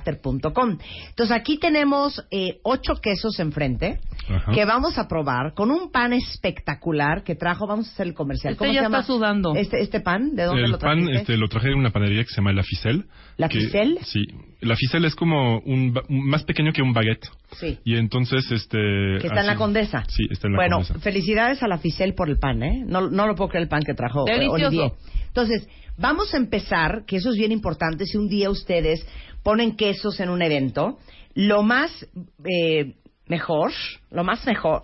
Speaker 3: saborycarácter.com. Entonces aquí tenemos eh, ocho quesos enfrente
Speaker 5: Ajá.
Speaker 3: que vamos a probar con un pan espectacular que trajo. Vamos a hacer el comercial.
Speaker 4: Este ya está sudando.
Speaker 3: Este, este pan, ¿de dónde
Speaker 5: El
Speaker 3: lo
Speaker 5: pan
Speaker 3: trajiste?
Speaker 5: este, lo traje de una panadería que se llama La Ficel.
Speaker 3: ¿La
Speaker 5: que-
Speaker 3: Ficel?
Speaker 5: Sí. La Ficel es como un, ba- un- más pequeño que un baguette.
Speaker 3: Sí.
Speaker 5: Y entonces, este...
Speaker 3: Que está en
Speaker 5: así-
Speaker 3: la Condesa.
Speaker 5: Sí, está en la
Speaker 3: bueno,
Speaker 5: Condesa.
Speaker 3: felicidades a la Ficel por el pan, ¿eh? No, no lo puedo creer el pan que trajo eh,
Speaker 4: Delicioso.
Speaker 3: Olivier. Entonces, vamos a empezar, que eso es bien importante, si un día ustedes ponen quesos en un evento, lo más eh, mejor, lo más mejor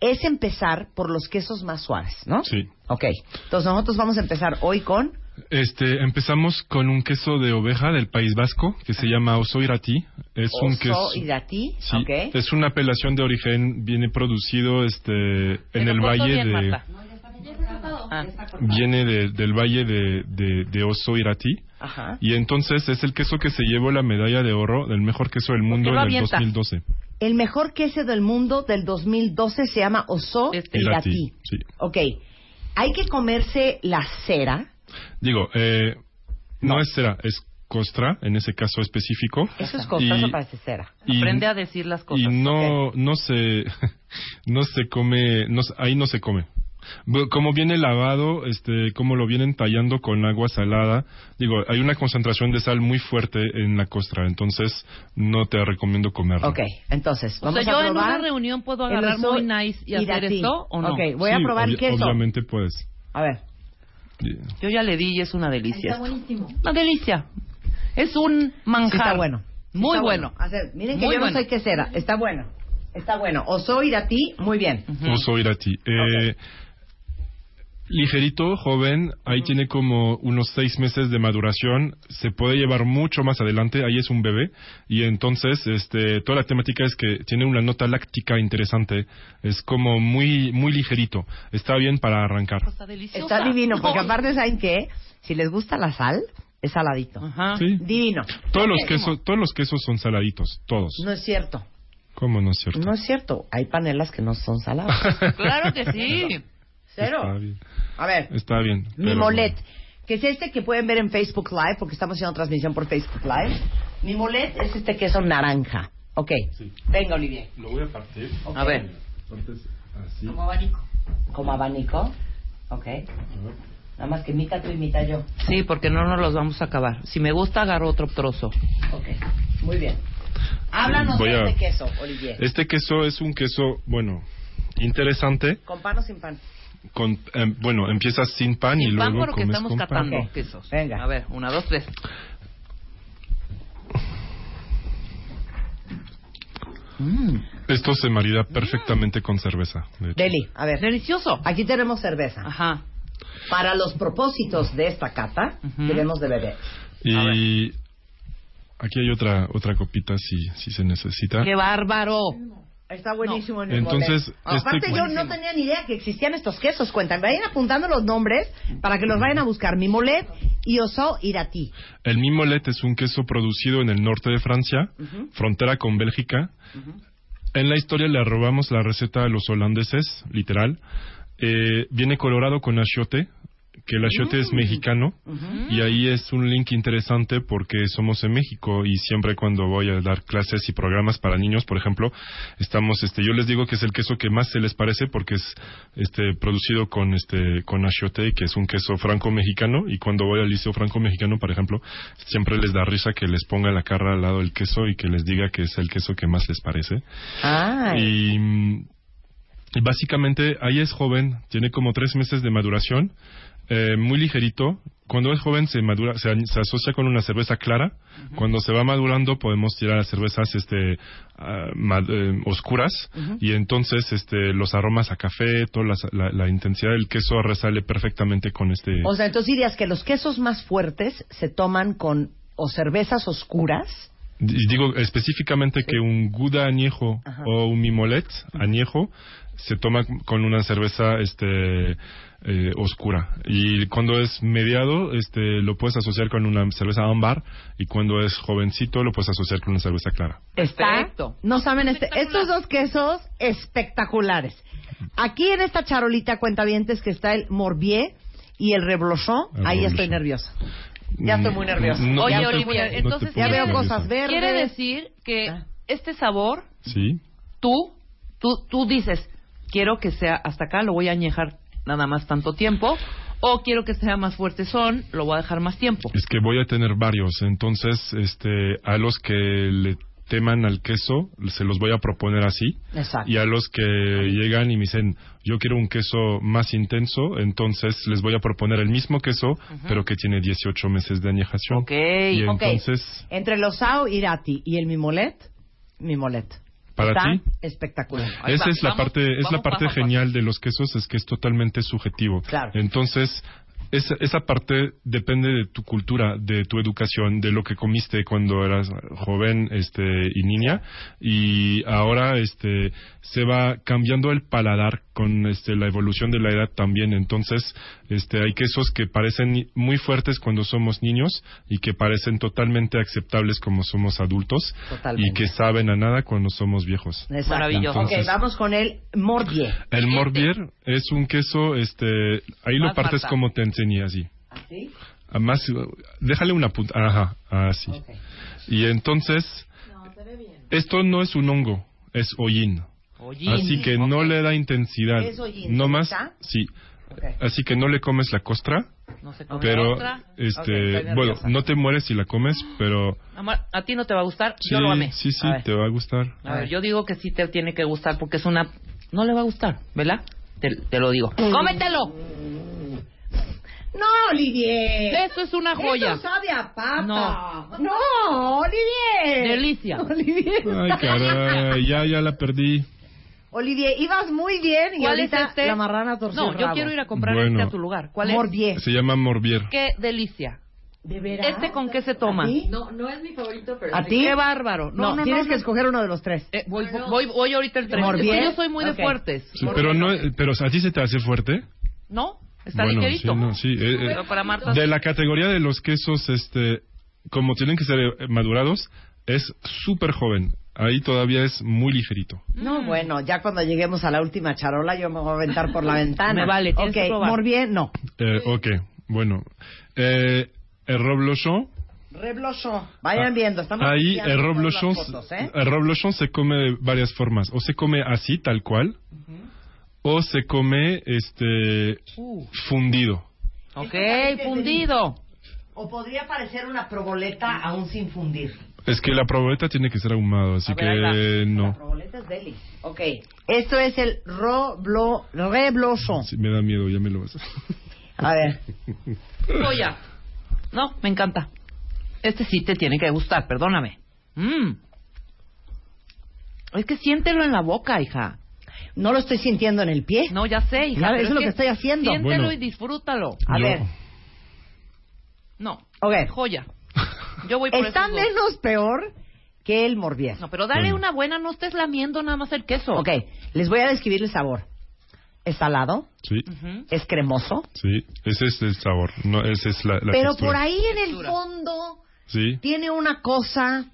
Speaker 3: es empezar por los quesos más suaves, ¿no?
Speaker 5: Sí.
Speaker 3: Ok. Entonces, nosotros vamos a empezar hoy con...
Speaker 5: Este, empezamos con un queso de oveja del País Vasco que se llama osoirati. Es un queso.
Speaker 3: Hidrati,
Speaker 5: Sí,
Speaker 3: ok.
Speaker 5: Es una apelación de origen, viene producido este en
Speaker 4: Te
Speaker 5: el
Speaker 4: lo corto
Speaker 5: valle
Speaker 4: bien,
Speaker 5: de
Speaker 4: Marta. Ah,
Speaker 5: viene de- del valle de de, de Osoirati.
Speaker 3: Ajá.
Speaker 5: y entonces es el queso que se llevó la medalla de oro del mejor queso del mundo
Speaker 4: lo
Speaker 5: en el
Speaker 4: avientas?
Speaker 5: 2012.
Speaker 3: El mejor queso del mundo del 2012 se llama Oso
Speaker 4: Este.
Speaker 3: Irati.
Speaker 5: Irati, sí.
Speaker 3: Ok. Hay que comerse la cera.
Speaker 5: Digo, eh, no. es cera, es costra en ese caso específico.
Speaker 3: Eso es costoso
Speaker 5: Y-
Speaker 3: para hacer cera.
Speaker 5: y-
Speaker 4: Aprende a decir las
Speaker 5: y
Speaker 4: cosas.
Speaker 5: no no se no se come no se- ahí no se come Bu- como viene lavado este como lo vienen tallando con agua salada digo hay una concentración de sal muy fuerte en la costra entonces no te recomiendo comerlo
Speaker 3: Ok, entonces,
Speaker 4: O
Speaker 3: vamos
Speaker 4: sea, yo
Speaker 3: a
Speaker 4: en una
Speaker 3: probar.
Speaker 4: reunión puedo
Speaker 3: el
Speaker 4: agarrar
Speaker 3: oso
Speaker 4: muy nice y hacer
Speaker 3: irati.
Speaker 4: esto, ¿o no?
Speaker 3: Ok, voy a
Speaker 5: Sí,
Speaker 3: probar
Speaker 5: obvia-
Speaker 3: queso.
Speaker 5: obviamente puedes
Speaker 3: A ver,
Speaker 4: Yo ya le di y es una delicia. Está buenísimo. Una delicia. Es un manjar.
Speaker 3: sí está bueno.
Speaker 4: Muy
Speaker 3: Está
Speaker 4: bueno.
Speaker 3: A ver, miren que
Speaker 4: Muy
Speaker 3: yo
Speaker 4: bueno.
Speaker 3: no soy quesera. Está bueno. Está bueno. O soy de a ti, muy bien.
Speaker 5: Oso Irati. Eh, Ligerito, joven, ahí tiene como unos seis meses de maduración, se puede llevar mucho más adelante, ahí es un bebé, y entonces este, toda la temática es que tiene una nota láctica interesante, es como muy, muy ligerito, está bien para arrancar.
Speaker 4: Está delicioso.
Speaker 3: Está divino, porque aparte, ¿saben qué? Si les gusta la sal, es saladito.
Speaker 4: Ajá.
Speaker 5: Sí.
Speaker 3: Divino.
Speaker 5: Todos los
Speaker 4: Ok.
Speaker 5: quesos, todos los quesos son saladitos, todos.
Speaker 3: No es cierto.
Speaker 5: ¿Cómo no es cierto?
Speaker 3: No es cierto. Hay panelas que no son saladas.
Speaker 4: Claro que sí.
Speaker 5: Está
Speaker 3: Cero.
Speaker 5: bien.
Speaker 3: A ver,
Speaker 5: Está bien,
Speaker 3: mi
Speaker 5: pero-
Speaker 3: molet, que es este que pueden ver en Facebook Live, porque estamos haciendo transmisión por Facebook Live. Mi molet es este queso naranja. Ok.
Speaker 5: Sí.
Speaker 3: Venga, Olivier.
Speaker 5: Lo voy a partir.
Speaker 3: Ok.
Speaker 4: A ver.
Speaker 5: Entonces, así.
Speaker 4: Como abanico.
Speaker 3: Como abanico. Ok. Nada más que mitad tú y mitad yo.
Speaker 4: Sí, porque no nos los vamos a acabar. Si me gusta, agarro otro trozo.
Speaker 3: Ok. Muy bien. Háblanos
Speaker 5: Voy
Speaker 3: de
Speaker 5: a-
Speaker 3: este queso, Olivier.
Speaker 5: Este queso es un queso, bueno, interesante.
Speaker 3: Con pan o sin pan.
Speaker 5: Con, em, bueno, empiezas sin pan y
Speaker 4: Sin pan,
Speaker 5: luego
Speaker 4: pero que
Speaker 5: comes
Speaker 4: estamos
Speaker 5: con
Speaker 4: catando
Speaker 5: pan.
Speaker 3: Ok.
Speaker 4: quesos.
Speaker 3: Venga.
Speaker 4: A ver, una, dos, tres.
Speaker 5: Esto se
Speaker 4: Mm.
Speaker 5: marida perfectamente con cerveza. de hecho.
Speaker 3: Deli, a ver.
Speaker 4: Delicioso. Ah.
Speaker 3: Aquí tenemos cerveza.
Speaker 4: Ajá.
Speaker 3: Para los propósitos de esta cata,
Speaker 4: Ujú.
Speaker 3: debemos de beber.
Speaker 5: Y aquí hay otra otra copita si si se necesita.
Speaker 4: ¡Qué bárbaro!
Speaker 3: Está buenísimo en el
Speaker 5: Entonces,
Speaker 3: moler.
Speaker 5: este-
Speaker 3: Aparte, yo
Speaker 5: Buenísimo.
Speaker 3: no tenía ni idea que existían estos quesos. Cuentan, vayan apuntando los nombres para que los vayan a buscar. Mi molet y oso irati.
Speaker 5: El mimolet es un queso producido en el norte de Francia, frontera con Bélgica. En la historia le robamos la receta a los holandeses, literal. Eh, viene colorado con achiote, que el achiote es mexicano, y ahí es un link interesante porque somos en México y siempre cuando voy a dar clases y programas para niños, por ejemplo, estamos, este, yo les digo que es el queso que más se les parece porque es, este, producido con, este, con achiote, que es un queso franco-mexicano, y cuando voy al liceo franco-mexicano, por ejemplo, siempre les da risa que les ponga la cara al lado del queso y que les diga que es el queso que más les parece.
Speaker 3: Ah,
Speaker 5: Y, mm, y básicamente ahí es joven, tiene como tres meses de maduración, eh, muy ligerito. Cuando es joven se madura, se, añ- se asocia con una cerveza clara. Cuando se va madurando podemos tirar a cervezas este, ah, ma- eh, oscuras y entonces este, los aromas a café, toda la, la- la intensidad del queso resale perfectamente con este.
Speaker 3: O sea, entonces dirías que los quesos más fuertes se toman con o cervezas oscuras.
Speaker 5: Y digo específicamente que un Gouda añejo
Speaker 3: Ajá.
Speaker 5: o un Mimolet añejo se toma con una cerveza este eh, oscura y cuando es mediado este lo puedes asociar con una cerveza ámbar y cuando es jovencito lo puedes asociar con una cerveza clara.
Speaker 3: Está.
Speaker 4: Perfecto.
Speaker 3: No saben, este,
Speaker 4: Espectacular.
Speaker 3: estos dos quesos espectaculares. Aquí en esta charolita cuentavientes que está el Morbier y el Reblochon,
Speaker 5: El
Speaker 3: ahí estoy
Speaker 5: Reblochon.
Speaker 3: nerviosa. Ya estoy muy nerviosa.
Speaker 5: Mm, No,
Speaker 4: Oye,
Speaker 5: no te-
Speaker 4: Olivia,
Speaker 5: no te
Speaker 4: entonces
Speaker 3: Ya
Speaker 5: pongas
Speaker 3: veo
Speaker 5: nerviosa.
Speaker 3: cosas verdes.
Speaker 4: Quiere decir que
Speaker 3: Ah.
Speaker 4: este sabor,
Speaker 5: Sí.
Speaker 4: tú, tú, tú dices, quiero que sea hasta acá, lo voy a añejar nada más tanto tiempo, o quiero que sea más fuerte son, lo voy a dejar más tiempo.
Speaker 5: Es que voy a tener varios, entonces este a los que le teman al queso se los voy a proponer así.
Speaker 3: Exacto.
Speaker 5: Y a los que llegan y me dicen, yo quiero un queso más intenso, entonces les voy a proponer el mismo queso, pero que tiene 18 meses de añejación.
Speaker 4: Ok,
Speaker 5: y
Speaker 3: ok.
Speaker 5: entonces,
Speaker 3: Entre el Osao Irati y el Mimolet, Mimolet.
Speaker 5: para
Speaker 3: Está
Speaker 5: ti,
Speaker 3: espectacular.
Speaker 4: Ahí
Speaker 5: esa
Speaker 4: va,
Speaker 5: es la
Speaker 4: vamos,
Speaker 5: parte, es la
Speaker 4: vamos
Speaker 5: parte
Speaker 4: paso a paso.
Speaker 5: genial de los quesos, es que es totalmente subjetivo.
Speaker 3: Claro.
Speaker 5: Entonces, esa, esa parte depende de tu cultura, de tu educación, de lo que comiste cuando eras joven este, y niña. Y ahora este, se va cambiando el paladar con este, la evolución de la edad también. Entonces, este, hay quesos que parecen muy fuertes cuando somos niños y que parecen totalmente aceptables como somos adultos y
Speaker 3: Totalmente.
Speaker 5: que saben a nada cuando somos viejos.
Speaker 3: Exacto.
Speaker 4: Maravilloso.
Speaker 3: Ok, vamos con el Morbier.
Speaker 5: El morbier es un queso, este, ahí lo
Speaker 4: Más
Speaker 5: partes
Speaker 4: mata.
Speaker 5: como te enseñé así.
Speaker 3: ¿Así?
Speaker 5: Ah, Más, uh, déjale una punta, ajá, así.
Speaker 3: Ok.
Speaker 5: Y entonces, esto no es un hongo, es hollín.
Speaker 4: Oye,
Speaker 5: Así que no le da intensidad.
Speaker 3: Es hollín,
Speaker 5: No
Speaker 3: ¿sí
Speaker 5: más,
Speaker 3: está?
Speaker 5: sí.
Speaker 3: Ok.
Speaker 5: Así que no le comes la costra,
Speaker 4: no se come
Speaker 5: pero,
Speaker 4: otra.
Speaker 5: este,
Speaker 3: estoy
Speaker 5: bueno,
Speaker 3: nerviosa.
Speaker 5: no te mueres si la comes, pero
Speaker 4: Amar, a ti no te va a gustar,
Speaker 5: sí,
Speaker 4: yo lo amé.
Speaker 5: sí, sí,
Speaker 3: A ver.
Speaker 5: te va a gustar.
Speaker 4: A ver, yo digo que sí te tiene que gustar porque es una... No le va a gustar, ¿verdad? Te, te lo digo. ¡Cómetelo!
Speaker 3: No, Olivier.
Speaker 4: Esto es una joya.
Speaker 3: Eso sabe a papa.
Speaker 4: No.
Speaker 3: No, Olivier.
Speaker 4: Delicia.
Speaker 3: Olivier.
Speaker 5: Ay, caray, ya, ya la perdí.
Speaker 3: Olivier, ibas muy bien y
Speaker 4: ¿Cuál es
Speaker 3: ahorita
Speaker 4: este?
Speaker 3: la marrana torció
Speaker 4: No,
Speaker 3: el
Speaker 4: yo
Speaker 3: rabo.
Speaker 4: quiero ir a comprar
Speaker 5: Bueno.
Speaker 4: este a tu lugar. ¿Cuál es?
Speaker 3: Morbier.
Speaker 5: Se llama Morbier.
Speaker 4: Qué delicia.
Speaker 3: ¿De veras?
Speaker 4: ¿Este con qué se toma?
Speaker 3: ¿A ti?
Speaker 6: No, no es mi favorito, pero...
Speaker 3: ¿A ti?
Speaker 4: Qué bárbaro. No,
Speaker 3: No,
Speaker 4: no,
Speaker 3: tienes
Speaker 4: no,
Speaker 3: que
Speaker 4: no.
Speaker 3: escoger uno de los tres.
Speaker 4: Eh, voy, voy, voy ahorita el tren.
Speaker 3: Morbier.
Speaker 4: Es que Yo soy muy
Speaker 3: Ok.
Speaker 4: de fuertes.
Speaker 5: Sí, pero no, pero a ti se te hace fuerte.
Speaker 4: ¿No? Está
Speaker 5: bueno, sí,
Speaker 4: ligerito.
Speaker 5: no, sí, eh, eh,
Speaker 4: Pero para Marta...
Speaker 5: de la categoría de los quesos, este, como tienen que ser eh, madurados, es súper joven. Ahí todavía es muy ligerito.
Speaker 4: Mm.
Speaker 3: No, bueno, ya cuando lleguemos a la última charola yo me voy a aventar por la ventana.
Speaker 4: Me vale, tienes que
Speaker 3: Ok,
Speaker 4: probar.
Speaker 3: Morbier, no.
Speaker 5: Eh, ok, bueno. Eh, el Roblochon.
Speaker 3: Reblochon. Vayan viendo, estamos
Speaker 5: Ah, Ahí
Speaker 3: copiando
Speaker 5: el
Speaker 3: todas
Speaker 5: Roblochon,
Speaker 3: las fotos, ¿eh?
Speaker 5: el Roblochon se come de varias formas. O se come así, tal cual. O se come este
Speaker 4: Uh,
Speaker 5: fundido.
Speaker 4: ok, fundido.
Speaker 3: O podría parecer una proboleta aún sin fundir.
Speaker 5: Es que la proboleta tiene que ser ahumado, así
Speaker 4: A
Speaker 5: que
Speaker 4: ver, ahí va.
Speaker 5: eh,
Speaker 3: La
Speaker 5: no.
Speaker 3: proboleta es deli. Ok, esto es el roblo, Reblochon.
Speaker 5: Sí, me da miedo, ya me lo vas a...
Speaker 3: A ver,
Speaker 4: Joya. Oh, No, me encanta. Este sí te tiene que gustar, perdóname. Mm. Es que siéntelo en la boca, hija.
Speaker 3: no lo estoy sintiendo en el pie.
Speaker 4: No, ya sé, hija.
Speaker 3: Claro,
Speaker 4: pero
Speaker 3: eso es lo que estoy haciendo.
Speaker 4: Siéntelo
Speaker 5: Bueno.
Speaker 4: y disfrútalo.
Speaker 3: A
Speaker 5: Yo-
Speaker 3: ver,
Speaker 4: No,
Speaker 3: ok.
Speaker 4: joya. Yo voy por
Speaker 3: Eh. Está
Speaker 4: esos dos.
Speaker 3: menos peor que el Morbier.
Speaker 4: No, pero dale
Speaker 5: Bueno.
Speaker 4: una buena, no estés lamiendo nada más el queso.
Speaker 3: Ok, les voy a describir el sabor. Es salado,
Speaker 5: Sí,
Speaker 4: Ujú.
Speaker 3: es cremoso,
Speaker 5: sí, ese es el sabor, no, esa es la, la
Speaker 3: pero
Speaker 5: textura.
Speaker 3: por ahí en el
Speaker 4: Textura.
Speaker 3: fondo
Speaker 5: Sí,
Speaker 3: tiene una cosa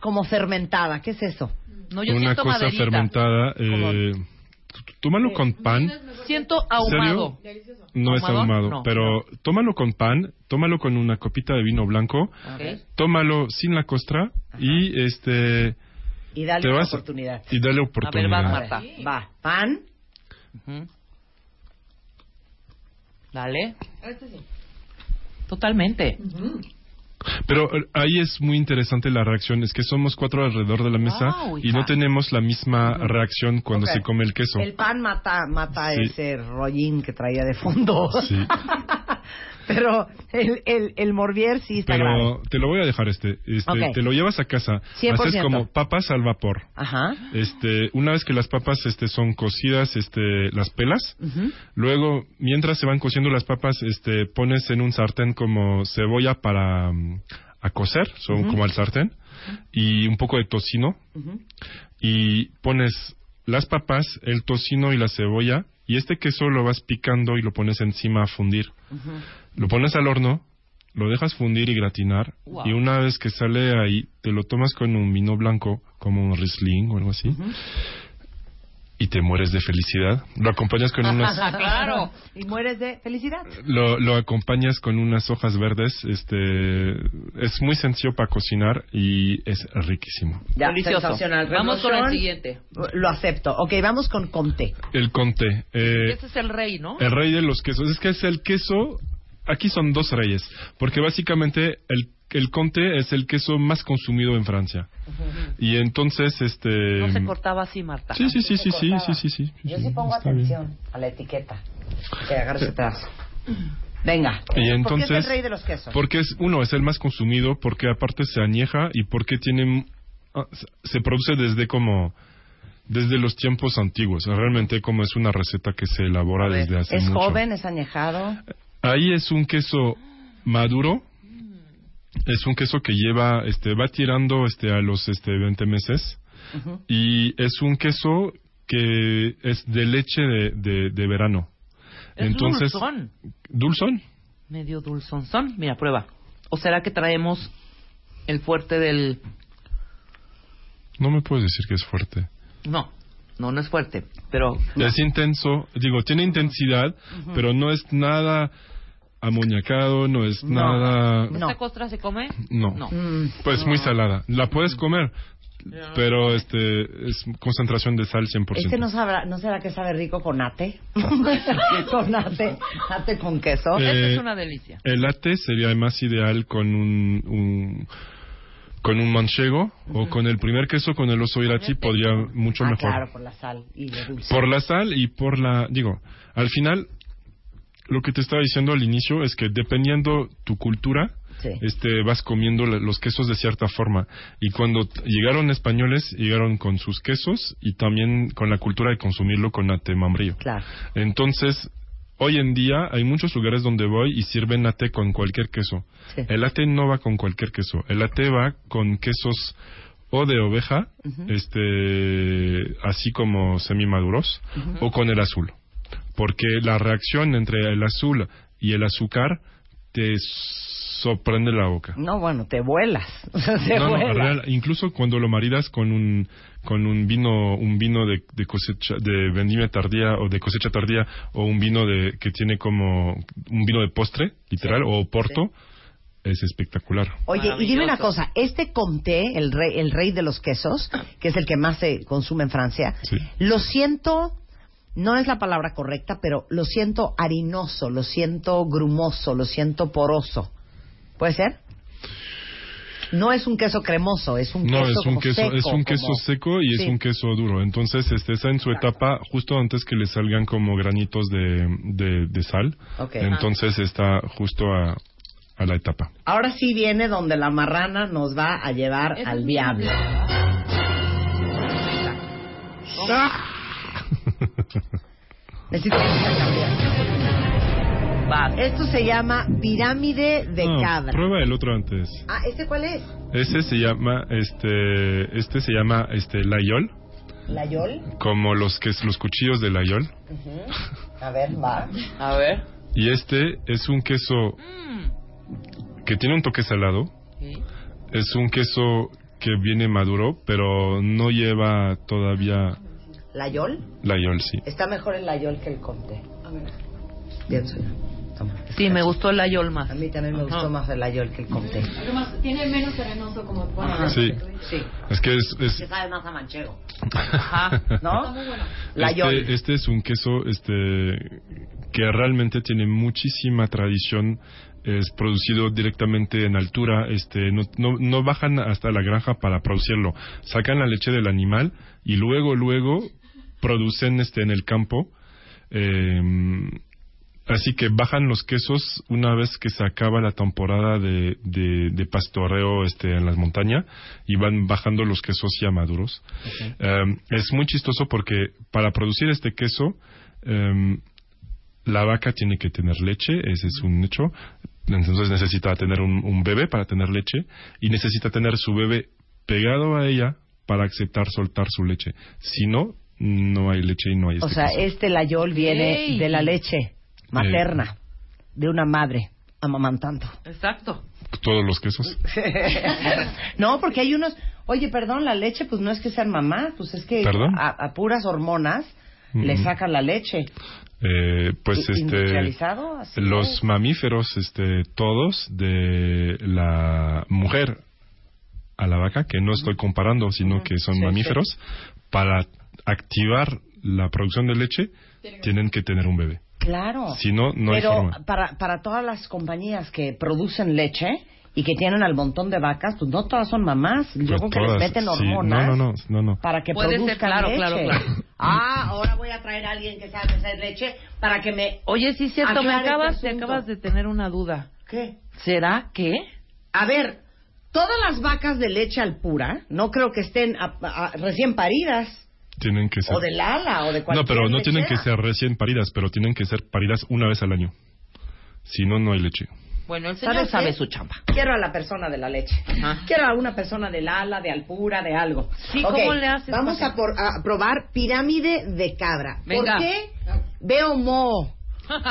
Speaker 3: como fermentada. ¿Qué es eso?
Speaker 4: No, yo
Speaker 5: una
Speaker 4: siento
Speaker 5: cosa
Speaker 4: maderita.
Speaker 5: fermentada. Eh, tú-
Speaker 4: Eh,
Speaker 5: tómalo con pan,
Speaker 4: Siento ahumado.
Speaker 5: no es
Speaker 4: ¿Ahumado?
Speaker 5: ahumado,
Speaker 4: No.
Speaker 5: pero tómalo con pan, tómalo con una copita de vino blanco,
Speaker 4: Ok.
Speaker 5: tómalo sin la costra y este
Speaker 3: Y dale
Speaker 5: te
Speaker 3: una
Speaker 5: vas
Speaker 3: oportunidad.
Speaker 5: y dale
Speaker 4: A ver, vas,
Speaker 5: oportunidad.
Speaker 4: Marta.
Speaker 3: Va, pan,
Speaker 4: Ujú. Dale.
Speaker 3: Este
Speaker 4: Totalmente.
Speaker 5: Eh. Pero eh, ahí es muy interesante la reacción, es que somos cuatro alrededor de la mesa
Speaker 4: Wow,
Speaker 5: y
Speaker 4: hija.
Speaker 5: no tenemos la misma reacción cuando
Speaker 3: Ok.
Speaker 5: se come el queso.
Speaker 3: el pan mata, mata
Speaker 5: Sí.
Speaker 3: ese rollín que traía de fondo.
Speaker 5: Sí.
Speaker 3: pero el, el, el morbier sí está grave.
Speaker 5: Pero te lo voy a dejar este, este
Speaker 3: Ok.
Speaker 5: te lo llevas a casa,
Speaker 3: 100%.
Speaker 5: haces como papas al vapor.
Speaker 3: Ajá.
Speaker 5: Este, una vez que las papas este son cocidas, este las pelas, luego mientras se van cociendo las papas, este pones en un sartén como cebolla para mm, a cocer, son como al sartén y un poco de tocino y pones las papas, el tocino y la cebolla y este queso lo vas picando y lo pones encima a fundir. Lo pones al horno, lo dejas fundir y gratinar
Speaker 4: Wow.
Speaker 5: y una vez que sale ahí te lo tomas con un vino blanco como un Riesling o algo así y te mueres de felicidad. Lo acompañas con unas
Speaker 4: Ah, Claro.
Speaker 3: Y mueres de felicidad.
Speaker 5: lo, lo acompañas con unas hojas verdes, este es muy sencillo para cocinar y es riquísimo.
Speaker 3: Ya,
Speaker 4: Delicioso.
Speaker 3: sensacional.
Speaker 4: Vamos con
Speaker 3: Revolución,
Speaker 4: el siguiente.
Speaker 3: Lo acepto. Ok, vamos con Comté.
Speaker 5: El conté, eh,
Speaker 4: Ese es el rey, ¿no?
Speaker 5: el rey de los quesos, es que es el queso, aquí son dos reyes, porque básicamente el el conté es el queso más consumido en Francia. Y entonces este
Speaker 4: No se cortaba así, Marta.
Speaker 5: Sí, sí, sí, sí, sí, sí, sí, sí. Está bien. Eh.
Speaker 3: a la etiqueta. Que agarres atrás. Venga.
Speaker 5: Y
Speaker 3: ¿Por qué es el
Speaker 5: entonces-
Speaker 3: rey de los quesos?
Speaker 5: Porque es uno es el más consumido, porque aparte se añeja y porque tiene ah, se produce desde como desde los tiempos antiguos. Realmente como es una receta que se elabora desde hace
Speaker 3: Pues, es
Speaker 5: mucho.
Speaker 3: joven, es añejado.
Speaker 5: Ahí es un queso maduro. Es un queso que lleva este va tirando este a los este 20 meses y es un queso que es de leche de, de- de verano.
Speaker 4: Es
Speaker 5: entonces
Speaker 4: dulzón.
Speaker 5: dulzón.
Speaker 4: Medio dulzonzón. Mira, prueba. ¿O será que traemos el fuerte del...
Speaker 5: No me puedes decir que es fuerte.
Speaker 4: No, no, no es fuerte. Pero
Speaker 5: Es intenso, digo, tiene intensidad, pero no es nada amoñacado, no es nada...
Speaker 3: No.
Speaker 4: ¿esta costra se come?
Speaker 5: No.
Speaker 4: No. Eh,
Speaker 3: Mm,
Speaker 5: Pues muy salada. La puedes comer, pero este es concentración de sal 100%.
Speaker 3: Este no sabrá, no será que sabe rico con ate. con ate, ate con queso.
Speaker 5: Eh,
Speaker 4: Esta es una delicia.
Speaker 5: El latte sería más ideal con un... un- con un manchego o con el primer queso con el oso irati podría mucho
Speaker 3: ah,
Speaker 5: mejor.
Speaker 3: claro, por la sal y lo dulce.
Speaker 5: Por la sal y por la... Digo, al final lo que te estaba diciendo al inicio es que dependiendo tu cultura,
Speaker 3: Sí.
Speaker 5: este, vas comiendo la- los quesos de cierta forma. Y cuando t- llegaron españoles, llegaron con sus quesos y también con la cultura de consumirlo con nate membrillo.
Speaker 3: Claro.
Speaker 5: Entonces, hoy en día hay muchos lugares donde voy y sirven latte con cualquier queso.
Speaker 3: Sí.
Speaker 5: El latte no va con cualquier queso. El latte va con quesos o de oveja, este, así como semimaduros, o con el azul. Porque la reacción entre el azul y el azúcar te sorprende la boca.
Speaker 3: No, bueno, te vuelas. Te
Speaker 5: No, no,
Speaker 3: vuelas.
Speaker 5: real. incluso cuando lo maridas con un con un vino un vino de, de cosecha de vendimia tardía o de cosecha tardía o un vino de que tiene como un vino de postre literal o porto es espectacular.
Speaker 3: Oye, y dime una
Speaker 4: Maravilloso.
Speaker 3: cosa, este Comté, el rey, el rey de los quesos, que es el que más se consume en Francia,
Speaker 5: Sí.
Speaker 3: lo siento, no es la palabra correcta, pero lo siento harinoso, lo siento grumoso, lo siento poroso. ¿Puede ser? No es un queso cremoso, es un
Speaker 5: No,
Speaker 3: queso
Speaker 5: es un
Speaker 3: como
Speaker 5: queso
Speaker 3: seco,
Speaker 5: es un queso
Speaker 3: como-
Speaker 5: seco y
Speaker 3: Sí.
Speaker 5: es un queso duro. Entonces este está en su etapa justo antes que le salgan como granitos de de, de sal.
Speaker 3: Ok.
Speaker 5: Entonces está justo a a la etapa.
Speaker 3: Ahora sí viene donde la marrana nos va a llevar al diablo. Necesito que sea Gabriel.
Speaker 4: Vas.
Speaker 3: Esto se llama pirámide de
Speaker 5: No,
Speaker 3: cabra.
Speaker 5: Prueba el otro antes.
Speaker 3: Ah, ¿este cuál es?
Speaker 5: Este se llama, este, este se llama, este, layol,
Speaker 3: ¿La Yol?
Speaker 5: como los que los cuchillos de layol.
Speaker 3: A ver, va.
Speaker 4: A ver.
Speaker 5: Y este es un queso
Speaker 3: Mm.
Speaker 5: que tiene un toque salado. Es un queso que viene maduro, pero no lleva todavía
Speaker 3: ¿La Yol?
Speaker 5: layol, sí.
Speaker 3: Está mejor el Layol que el Comte. A ver. Pienso yo. Toma.
Speaker 4: Sí, me gustó la Yol más.
Speaker 3: A mí también me gustó
Speaker 4: Ajá.
Speaker 3: más el Layol que el Comte.
Speaker 6: Tiene menos arenoso como
Speaker 3: Ajá.
Speaker 5: Sí,
Speaker 4: Sí.
Speaker 5: es que es... es-
Speaker 3: sabe más a manchego.
Speaker 4: Ajá.
Speaker 3: ¿No? Layol.
Speaker 5: Ah. Este, este es un queso este, que realmente tiene muchísima tradición. Es producido directamente en altura. Este, no, no, no bajan hasta la granja para producirlo. Sacan la leche del animal y luego, luego producen este, en el campo. Eh, Así que bajan los quesos una vez que se acaba la temporada de, de- de pastoreo este, en las montañas y van bajando los quesos ya maduros. Em, es muy chistoso porque para producir este queso em, la vaca tiene que tener leche, ese es un hecho. Entonces necesita tener un, un bebé para tener leche y necesita tener su bebé pegado a ella para aceptar soltar su leche. Si no, no hay leche y no hay
Speaker 3: O
Speaker 5: este
Speaker 3: sea,
Speaker 5: queso.
Speaker 3: este Layol viene
Speaker 4: Ey.
Speaker 3: de la leche materna de una madre amamantando.
Speaker 4: Exacto.
Speaker 5: Todos los quesos.
Speaker 3: no, porque hay unos. Oye, perdón, la leche, pues no es que sean mamá, pues es que
Speaker 5: ¿Perdón?
Speaker 3: a, a puras hormonas le
Speaker 5: Ujú.
Speaker 3: sacan la leche.
Speaker 5: Eh, pues
Speaker 3: ¿I-
Speaker 5: este
Speaker 3: industrializado, así
Speaker 5: los
Speaker 3: es.
Speaker 5: mamíferos este todos de la mujer a la vaca que no estoy comparando sino que son mamíferos para activar la producción de leche tienen que tener un bebé
Speaker 3: Claro.
Speaker 5: Si no, no hay
Speaker 3: Pero
Speaker 5: forma.
Speaker 3: Para, para todas las compañías que producen leche y que tienen al montón de vacas, pues no todas son mamás. Luego que les
Speaker 5: Pues todas,
Speaker 3: meten
Speaker 5: sí,
Speaker 3: hormonas.
Speaker 5: no, no, no, no, no.
Speaker 3: Para que
Speaker 4: Puede ser,
Speaker 3: produzcan
Speaker 4: claro,
Speaker 3: leche.
Speaker 4: claro, claro.
Speaker 3: Ah, ahora voy a traer a alguien que sabe hacer leche para que me...
Speaker 4: Oye, sí, cierto, me
Speaker 3: Aclara este
Speaker 4: acabas, te
Speaker 3: asunto.
Speaker 4: acabas de tener una duda.
Speaker 3: ¿Qué?
Speaker 4: ¿Será que?
Speaker 3: A ver, todas las vacas de leche al pura no creo que estén a- a- recién paridas
Speaker 5: tienen que ser
Speaker 3: o del ala o de
Speaker 5: no
Speaker 3: cualquier
Speaker 5: pero no tienen que
Speaker 3: lechera.
Speaker 5: ser recién paridas pero tienen que ser paridas una vez al año si no no hay leche
Speaker 4: Bueno, el
Speaker 3: ¿Sabes
Speaker 4: señor
Speaker 3: qué?
Speaker 4: sabe su chamba.
Speaker 3: Quiero a la persona de la leche.
Speaker 4: Ajá.
Speaker 3: Quiero a una persona del ala, de alpura, de algo.
Speaker 4: Sí,
Speaker 3: Ok,
Speaker 4: ¿cómo le haces
Speaker 3: Vamos
Speaker 4: para
Speaker 3: a, por- a probar pirámide de cabra.
Speaker 4: Venga.
Speaker 3: ¿Por qué veo moho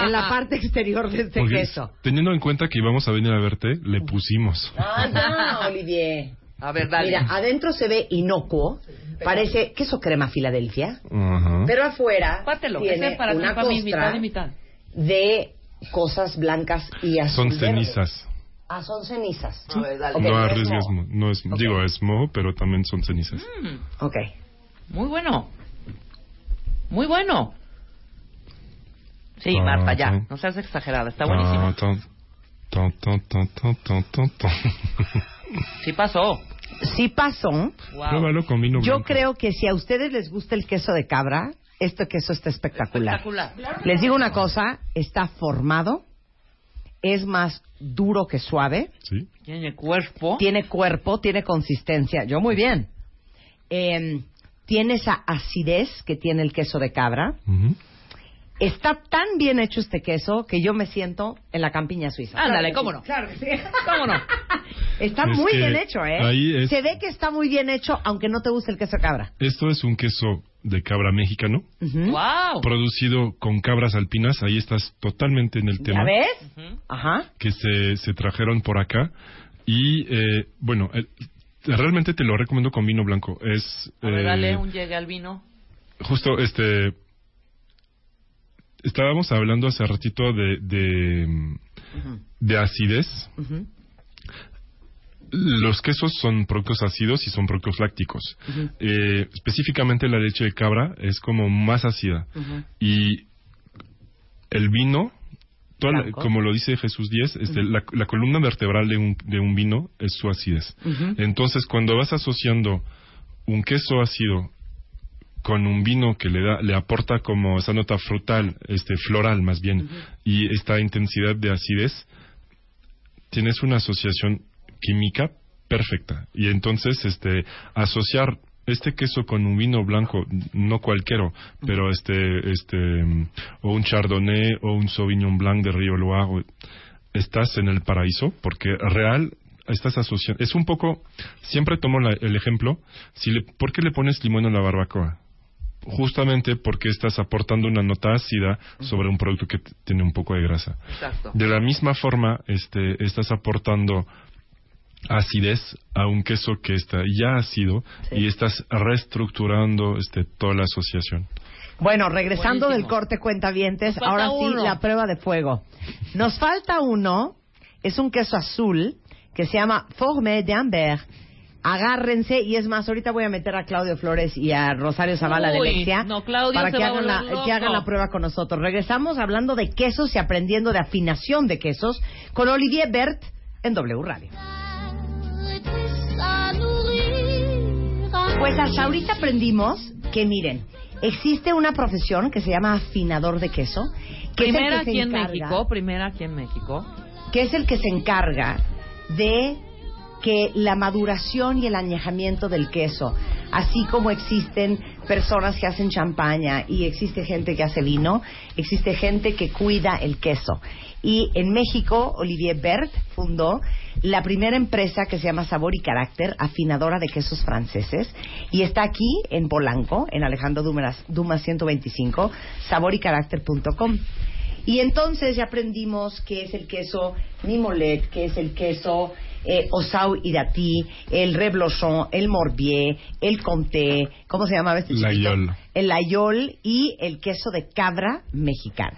Speaker 3: en la parte exterior de este
Speaker 5: Porque
Speaker 3: queso?
Speaker 5: teniendo en cuenta que íbamos a venir a verte le pusimos
Speaker 3: Ah, no, Olivier.
Speaker 4: A ver, dale.
Speaker 3: Mira, adentro se ve inocuo. Parece queso crema Filadelfia.
Speaker 5: Ajá.
Speaker 3: Pero afuera
Speaker 4: Pártelo,
Speaker 3: tiene
Speaker 4: ese es para ti,
Speaker 3: una
Speaker 4: para mí, mitad
Speaker 3: costra
Speaker 4: y mitad.
Speaker 3: de cosas blancas y
Speaker 5: son
Speaker 3: azules.
Speaker 5: cenizas
Speaker 3: Ah, son cenizas.
Speaker 4: A ver, dale.
Speaker 3: Ok,
Speaker 5: no
Speaker 3: es
Speaker 5: arriesgues,
Speaker 3: moho.
Speaker 5: mo- no es,
Speaker 3: Ok.
Speaker 5: digo, es moho, pero también son cenizas.
Speaker 3: Ok.
Speaker 4: Muy bueno. Muy bueno. Sí,
Speaker 5: Ah,
Speaker 4: Marta, ya.
Speaker 5: sí.
Speaker 4: No seas exagerada. Está
Speaker 5: Ah,
Speaker 4: buenísimo.
Speaker 5: ton, ton, ton, ton, ton, ton, ton, ton.
Speaker 4: Sí pasó.
Speaker 3: Sí pasó.
Speaker 4: Wow.
Speaker 5: Pruébalo con vino
Speaker 3: Yo
Speaker 5: blanco.
Speaker 3: creo que si a ustedes les gusta el queso de cabra, este queso está espectacular.
Speaker 4: Espectacular.
Speaker 3: Les digo una cosa, está formado, es más duro que suave,
Speaker 5: ¿Sí?
Speaker 4: Tiene cuerpo.
Speaker 3: tiene cuerpo, tiene consistencia. Yo muy bien. Em, tiene esa acidez que tiene el queso de cabra.
Speaker 5: Ujú.
Speaker 3: Está tan bien hecho este queso que yo me siento en la campiña suiza.
Speaker 4: Ándale, cómo no.
Speaker 3: Claro que sí.
Speaker 4: Cómo no.
Speaker 3: Está
Speaker 5: Es
Speaker 3: muy
Speaker 5: que
Speaker 3: bien hecho, ¿eh?
Speaker 5: ahí es-
Speaker 3: Se ve que está muy bien hecho, aunque no te guste el queso de cabra.
Speaker 5: Esto es un queso de cabra mexicano,
Speaker 3: Ujú.
Speaker 4: Wow.
Speaker 5: producido con cabras alpinas. Ahí estás totalmente en el
Speaker 3: ¿Ya
Speaker 5: tema.
Speaker 3: ves? Ajá.
Speaker 5: que se, se trajeron por acá. Y eh, bueno, eh, realmente te lo recomiendo con vino blanco. Es
Speaker 4: A ver,
Speaker 5: eh,
Speaker 4: dale un llegue al vino.
Speaker 5: justo este. Estábamos hablando hace ratito de de, mm, de acidez. Los quesos son productos ácidos y son productos lácticos. Eh, específicamente la leche de cabra es como más ácida. Y el vino, toda la-
Speaker 4: Blanco.
Speaker 5: como lo dice Jesús Díez, este, la, la columna vertebral de un, de un vino es su acidez. Entonces, cuando vas asociando un queso ácido con un vino que le da, le aporta como esa nota frutal, este floral más bien, y esta intensidad de acidez, tienes una asociación química perfecta. Y entonces, este, asociar este queso con un vino blanco, no cualquiera, pero este, este, mm, o un chardonnay o un sauvignon blanc de Río Loire, o- estás en el paraíso porque real estás asociando. Es un poco, siempre tomo la- el ejemplo, si le- ¿por qué le pones limón a la barbacoa? Justamente porque estás aportando una nota ácida sobre un producto que t- tiene un poco de grasa.
Speaker 4: Exacto.
Speaker 5: De la misma forma, este, estás aportando acidez a un queso que está ya ácido y estás reestructurando este, toda la asociación.
Speaker 3: Bueno, regresando
Speaker 4: Buenísimo.
Speaker 3: del corte cuentavientes,
Speaker 4: Nos falta
Speaker 3: ahora sí
Speaker 4: uno.
Speaker 3: la prueba de fuego. Nos falta uno, es un queso azul que se llama Forme de Amber. Agárrense y es más, ahorita voy a meter a Claudio Flores y a Rosario Zavala
Speaker 4: Uy,
Speaker 3: de Lexia
Speaker 4: no, Claudio
Speaker 3: para
Speaker 4: se
Speaker 3: que,
Speaker 4: va a
Speaker 3: hagan la,
Speaker 4: volver loco.
Speaker 3: que hagan la prueba con nosotros. Regresamos hablando de quesos y aprendiendo de afinación de quesos con Olivier Bert en W Radio.
Speaker 2: et puisse à nourrir. à
Speaker 3: Pues hasta ahorita aprendimos que, miren, existe una profesión que se llama afinador de queso. Que es el
Speaker 4: Primera
Speaker 3: que se
Speaker 4: aquí en
Speaker 3: encarga-
Speaker 4: México. Primera aquí en México.
Speaker 3: que es el que se encarga de que la maduración y el añejamiento del queso, así como existen personas que hacen champaña y existe gente que hace vino, existe gente que cuida el queso. Y en México, Olivier Bert fundó la primera empresa que se llama Sabor y Carácter, afinadora de quesos franceses, y está aquí en Polanco, en Alejandro Dumas, Dumas 125, saboricarácter.com. Y entonces ya aprendimos qué es el queso Mimolet, qué es el queso eh, Osau Irati, el Reblochon, el Morbier, el Conté, ¿cómo se llamaba este chiquito?
Speaker 5: Layol.
Speaker 3: El Ayol y el queso de cabra mexicano.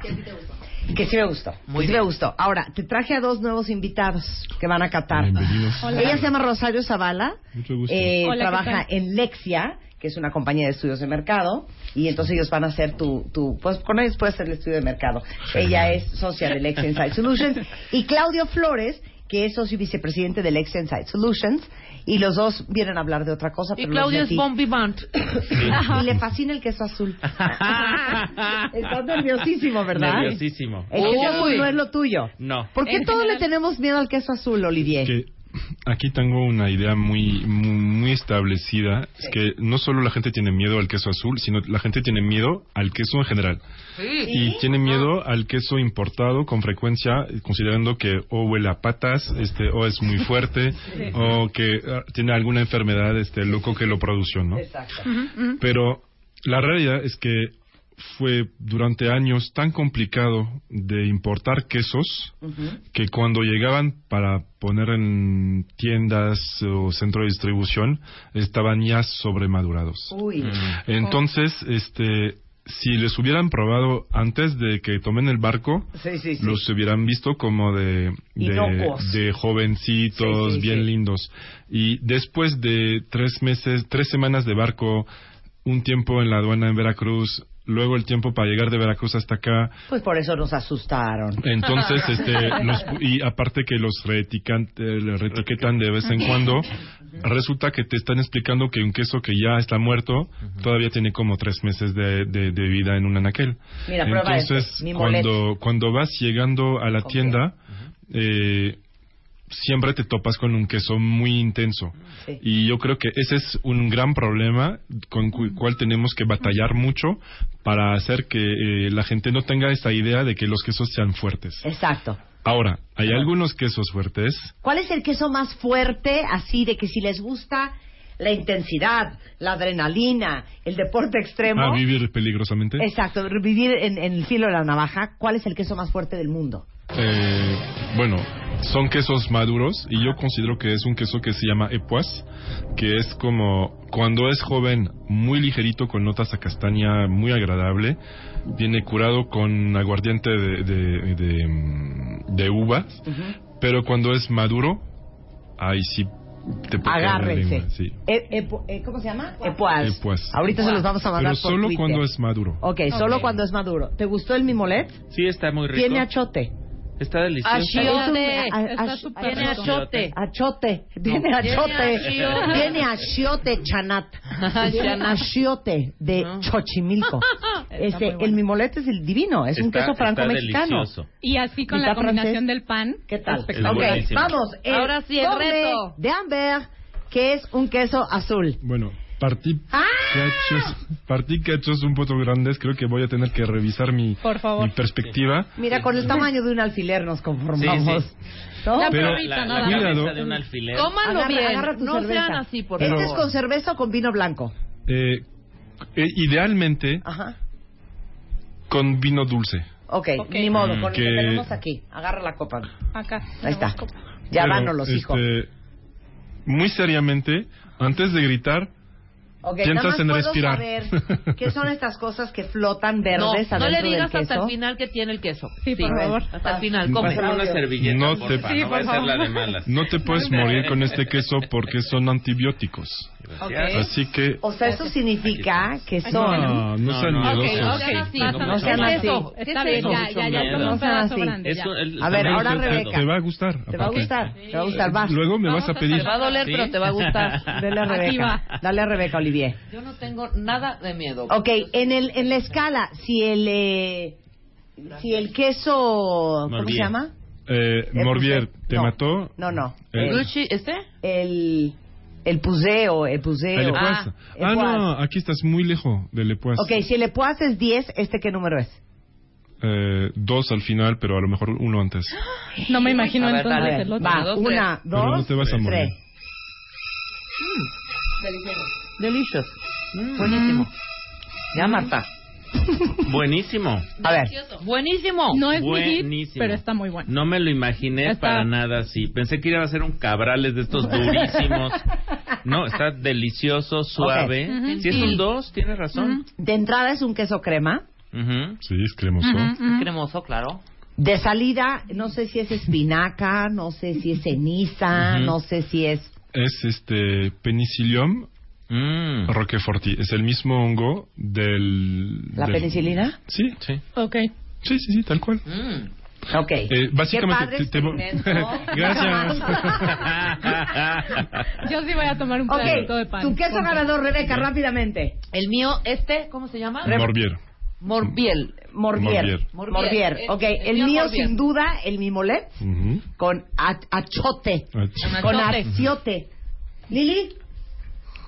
Speaker 3: Que sí me gustó.
Speaker 4: Muy
Speaker 3: que sí
Speaker 4: bien.
Speaker 3: me gustó. Ahora, te traje a dos nuevos invitados que van a Qatar.
Speaker 5: Bienvenidos.
Speaker 3: Ella se llama Rosario Zavala.
Speaker 5: Mucho gusto.
Speaker 3: eh,
Speaker 6: Hola, ¿qué tal?
Speaker 3: trabaja en Lexia, que es una compañía de estudios de mercado. Y entonces ellos van a hacer tu... tu pues con ellos puedes hacer el estudio de mercado. Ella es socia de Lexia Insight Solutions. Y Claudio Flores, que es socio y vicepresidente de Lexia Insight Solutions. Y los dos vienen a hablar de otra cosa.
Speaker 4: Y
Speaker 3: pero los
Speaker 4: Claudio es
Speaker 3: metí.
Speaker 4: Bon Vivant.
Speaker 3: Y le fascina el queso azul. Estás nerviosísimo, ¿verdad?
Speaker 7: Nerviosísimo.
Speaker 3: El queso
Speaker 4: Uy.
Speaker 3: azul no es lo tuyo.
Speaker 7: No.
Speaker 3: ¿Por qué
Speaker 4: En
Speaker 3: todos le
Speaker 4: general-
Speaker 3: tenemos miedo al queso azul, Olivier?
Speaker 5: que aquí tengo una idea muy muy, muy establecida es que no solo la gente tiene miedo al queso azul sino la gente tiene miedo al queso en general y tiene miedo al queso importado con frecuencia eh, considerando que o huele a patas este o es muy fuerte o que ah, tiene alguna enfermedad este loco que lo produció no pero la realidad es que fue durante años tan complicado de importar quesos que cuando llegaban para poner en tiendas o centro de distribución estaban ya sobremadurados.
Speaker 3: Uy.
Speaker 5: Entonces, este, si les hubieran probado antes de que tomen el barco,
Speaker 3: Sí, sí, sí.
Speaker 5: los hubieran visto como de, de,
Speaker 3: Inocuos.
Speaker 5: de jovencitos,
Speaker 3: Sí, sí,
Speaker 5: bien
Speaker 3: sí.
Speaker 5: lindos. Y después de tres meses, tres semanas de barco, un tiempo en la aduana en Veracruz, luego el tiempo para llegar de Veracruz hasta acá,
Speaker 3: Pues por eso nos asustaron.
Speaker 5: entonces, este, los pu- y aparte que los reetican- eh, le reetiquetan de vez en cuando, resulta que te están explicando que un queso que ya está muerto todavía tiene como tres meses de, de- de vida en un anaquel.
Speaker 1: Mira, prueba
Speaker 5: Entonces,
Speaker 1: este, mi
Speaker 5: cuando, cuando vas llegando a la tienda, eh, siempre te topas con un queso muy intenso.
Speaker 1: Sí.
Speaker 5: Y yo creo que ese es un gran problema con el cual tenemos que batallar mucho para hacer que eh, la gente no tenga esa idea de que los quesos sean fuertes.
Speaker 3: Exacto.
Speaker 5: Ahora, hay algunos quesos fuertes.
Speaker 3: ¿Cuál es el queso más fuerte, así de que si les gusta la intensidad, la adrenalina, el deporte extremo?
Speaker 5: A Ah, vivir ¿eh? peligrosamente.
Speaker 3: Exacto, vivir en, en el filo de la navaja. ¿Cuál es el queso más fuerte del mundo?
Speaker 5: Eh, bueno, son quesos maduros y yo considero que es un queso que se llama epuas, que es como cuando es joven, muy ligerito con notas a castaña, muy agradable, viene curado con aguardiente de, de, de, mm, de uvas, pero cuando es maduro, ahí sí te pica la
Speaker 3: Agárrense.
Speaker 5: lengua, sí.
Speaker 3: E- epo- eh, ¿Cómo se llama?
Speaker 1: Epuas.
Speaker 5: Epuas.
Speaker 3: Ahorita se los vamos a mandar
Speaker 5: Pero
Speaker 3: por
Speaker 5: solo
Speaker 3: Twitter. Oh.
Speaker 5: cuando es maduro.
Speaker 3: ok, solo cuando es maduro. ¿Te gustó el mimolet?
Speaker 7: Sí, está muy rico.
Speaker 3: Tiene achote.
Speaker 7: Está delicioso.
Speaker 4: Achiote.
Speaker 3: A- a-
Speaker 4: Está
Speaker 3: ach-
Speaker 4: súper
Speaker 3: tiene
Speaker 4: rico.
Speaker 3: achote. Achote. Tiene achote.
Speaker 4: achiote.
Speaker 3: Tiene achiote chanat. Tiene
Speaker 4: Chanat.
Speaker 3: achiote de
Speaker 4: No.
Speaker 3: Xochimilco. Este,
Speaker 4: muy bueno.
Speaker 3: El mimolete es el divino. Es un
Speaker 7: Está-
Speaker 3: queso
Speaker 7: Está
Speaker 3: franco-mexicano.
Speaker 7: delicioso.
Speaker 6: Y así con
Speaker 3: ¿Y
Speaker 6: la
Speaker 3: está francés?
Speaker 6: combinación del pan.
Speaker 3: ¿Qué tal?
Speaker 7: Es
Speaker 3: Ok,
Speaker 7: buenísimo.
Speaker 3: vamos. el
Speaker 4: Ahora sí, el
Speaker 3: doble
Speaker 4: reto.
Speaker 3: De Amber, que es un queso azul.
Speaker 5: Bueno, partí
Speaker 3: Ah.
Speaker 5: cachos, partí cachos un poco grandes, creo que voy a tener que revisar mi,
Speaker 6: Por favor.
Speaker 5: mi perspectiva.
Speaker 3: Mira, con el tamaño de un alfiler nos conformamos.
Speaker 7: Sí,
Speaker 3: ¿No?
Speaker 6: La
Speaker 5: Pero-
Speaker 6: probita,
Speaker 7: La, la
Speaker 6: nada más.
Speaker 5: Cuidado.
Speaker 7: cabeza de un alfiler.
Speaker 4: Cómanlo
Speaker 3: Agarra-
Speaker 4: bien.
Speaker 3: agarra tu
Speaker 4: no
Speaker 3: cerveza.
Speaker 4: sean así, por
Speaker 3: ¿Este
Speaker 4: favor.
Speaker 3: es con cerveza o con vino blanco?
Speaker 5: Eh, eh, idealmente
Speaker 3: Ajá.
Speaker 5: con vino dulce.
Speaker 3: Ok,
Speaker 6: Ok.
Speaker 3: ni modo, con lo que
Speaker 5: Mm, Que-
Speaker 3: tenemos aquí. Agarra la copa.
Speaker 6: Acá.
Speaker 3: Ahí está. Ya
Speaker 5: Pero,
Speaker 3: vámonos, hijo.
Speaker 5: este, Muy seriamente, antes de gritar,
Speaker 3: Ok, nada
Speaker 5: piensas
Speaker 3: más
Speaker 5: en
Speaker 3: puedo
Speaker 5: respirar.
Speaker 3: saber qué son estas cosas que flotan
Speaker 4: No,
Speaker 3: verdes
Speaker 4: no
Speaker 3: adentro
Speaker 4: le digas
Speaker 3: del queso.
Speaker 4: hasta el final que tiene el queso.
Speaker 6: Sí, por favor.
Speaker 4: Hasta el final, come.
Speaker 7: Pásame una servilleta,
Speaker 5: No
Speaker 7: porfa,
Speaker 5: te-
Speaker 7: no
Speaker 6: Sí, por
Speaker 7: va a ser
Speaker 6: favor.
Speaker 7: la de malas.
Speaker 5: no te puedes morir con este queso porque son antibióticos.
Speaker 7: Gracias.
Speaker 5: Así que
Speaker 3: O sea, eso significa que son...
Speaker 5: no, no sean
Speaker 7: No, no,
Speaker 5: miedosos.
Speaker 7: ok,
Speaker 4: sean así.
Speaker 7: Pásame
Speaker 4: No sean
Speaker 7: mucho
Speaker 4: así.
Speaker 6: Eso, Está
Speaker 4: ¿Qué
Speaker 6: bien,
Speaker 4: es eso?
Speaker 6: ya, ya, ya.
Speaker 7: Miedo.
Speaker 6: con
Speaker 3: No
Speaker 6: un
Speaker 3: sean
Speaker 6: pedazo
Speaker 3: así.
Speaker 6: grande,
Speaker 7: Es
Speaker 6: ya.
Speaker 7: un- el-
Speaker 3: A ver,
Speaker 7: también
Speaker 3: ahora
Speaker 7: es un
Speaker 5: Te-
Speaker 7: pedo.
Speaker 3: Rebeca.
Speaker 5: Te va a gustar.
Speaker 3: Te va a
Speaker 5: aparte.
Speaker 3: gustar, te va a gustar. Va,
Speaker 5: Eh, Luego me
Speaker 6: Vamos
Speaker 5: vas a
Speaker 6: a
Speaker 5: pedir.
Speaker 4: Te va a doler,
Speaker 7: ¿Sí?
Speaker 4: pero te va a gustar.
Speaker 3: dale a
Speaker 6: Aquí
Speaker 3: Rebeca.
Speaker 6: va.
Speaker 3: Dale a Rebeca, Olivier.
Speaker 4: Yo no tengo nada de miedo.
Speaker 3: Ok, en, el, en la escala, si el, eh, si el queso... ¿Cómo
Speaker 7: Morbier.
Speaker 3: se llama?
Speaker 5: Eh,
Speaker 3: El
Speaker 5: Morbier,
Speaker 3: pusé.
Speaker 5: ¿te
Speaker 3: No,
Speaker 5: mató?
Speaker 3: No, no.
Speaker 5: Eh,
Speaker 3: El,
Speaker 4: Gucci, ¿este?
Speaker 3: el, el puseo, el puseo.
Speaker 5: El
Speaker 4: Ah,
Speaker 5: Epuas. Ah,
Speaker 3: Epuas.
Speaker 5: no, aquí estás muy lejos del Epuas.
Speaker 3: Ok, si el epuaz es 10, ¿este qué número es?
Speaker 5: Eh, dos al final, pero a lo mejor uno antes.
Speaker 6: No me imagino
Speaker 4: A ver,
Speaker 6: entonces
Speaker 4: dale.
Speaker 6: el otro.
Speaker 3: Va,
Speaker 4: Uno, dos,
Speaker 3: una, dos,
Speaker 5: Pero no te vas a morir.
Speaker 3: tres.
Speaker 4: Delicious. Buenísimo. Ya, Marta.
Speaker 7: Buenísimo.
Speaker 3: A ver,
Speaker 4: Buenísimo.
Speaker 6: No es mi hit,
Speaker 7: Buenísimo.
Speaker 6: pero está muy bueno.
Speaker 7: No me lo imaginé
Speaker 6: Está-
Speaker 7: para nada así. Pensé que iba a ser un cabrales de estos durísimos. No, está delicioso, suave.
Speaker 6: Ujú.
Speaker 7: Si es
Speaker 6: Sí.
Speaker 7: un 2, tienes razón.
Speaker 3: de entrada es un queso crema.
Speaker 7: Ujú.
Speaker 5: Sí, es cremoso.
Speaker 6: Ujú, ujú.
Speaker 4: Cremoso, claro.
Speaker 3: De salida, no sé si es espinaca, no sé si es ceniza,
Speaker 7: Ujú.
Speaker 3: no sé si es...
Speaker 5: Es este Penicillium
Speaker 7: Mm.
Speaker 5: roqueforti. Es el mismo hongo del.
Speaker 3: ¿La
Speaker 5: del-
Speaker 3: penicilina?
Speaker 5: Sí,
Speaker 7: Sí.
Speaker 6: Ok.
Speaker 5: sí, sí, sí, tal cual.
Speaker 4: Mm.
Speaker 3: Ok.
Speaker 5: Eh, básicamente
Speaker 3: Qué padre
Speaker 5: te- te-
Speaker 3: experimento.
Speaker 7: Gracias.
Speaker 6: Yo sí voy a tomar un pedacito de
Speaker 3: ok,
Speaker 6: pan.
Speaker 3: tu queso
Speaker 6: Punto.
Speaker 3: ganador, Rebeca, rápidamente.
Speaker 4: El mío, este, ¿cómo se llama?
Speaker 5: Morbier.
Speaker 4: Morbiel.
Speaker 3: Morbier.
Speaker 5: Morbier.
Speaker 3: Morbier.
Speaker 4: Morbier.
Speaker 3: Ok,
Speaker 4: El-
Speaker 3: el,
Speaker 4: el mío
Speaker 3: mío
Speaker 4: Morbier.
Speaker 3: sin duda, el mimolet,
Speaker 5: Ujú.
Speaker 3: con a- achote,
Speaker 5: Ah, ch-
Speaker 4: Una
Speaker 3: con
Speaker 4: Achote.
Speaker 3: aciote. ¿Lili?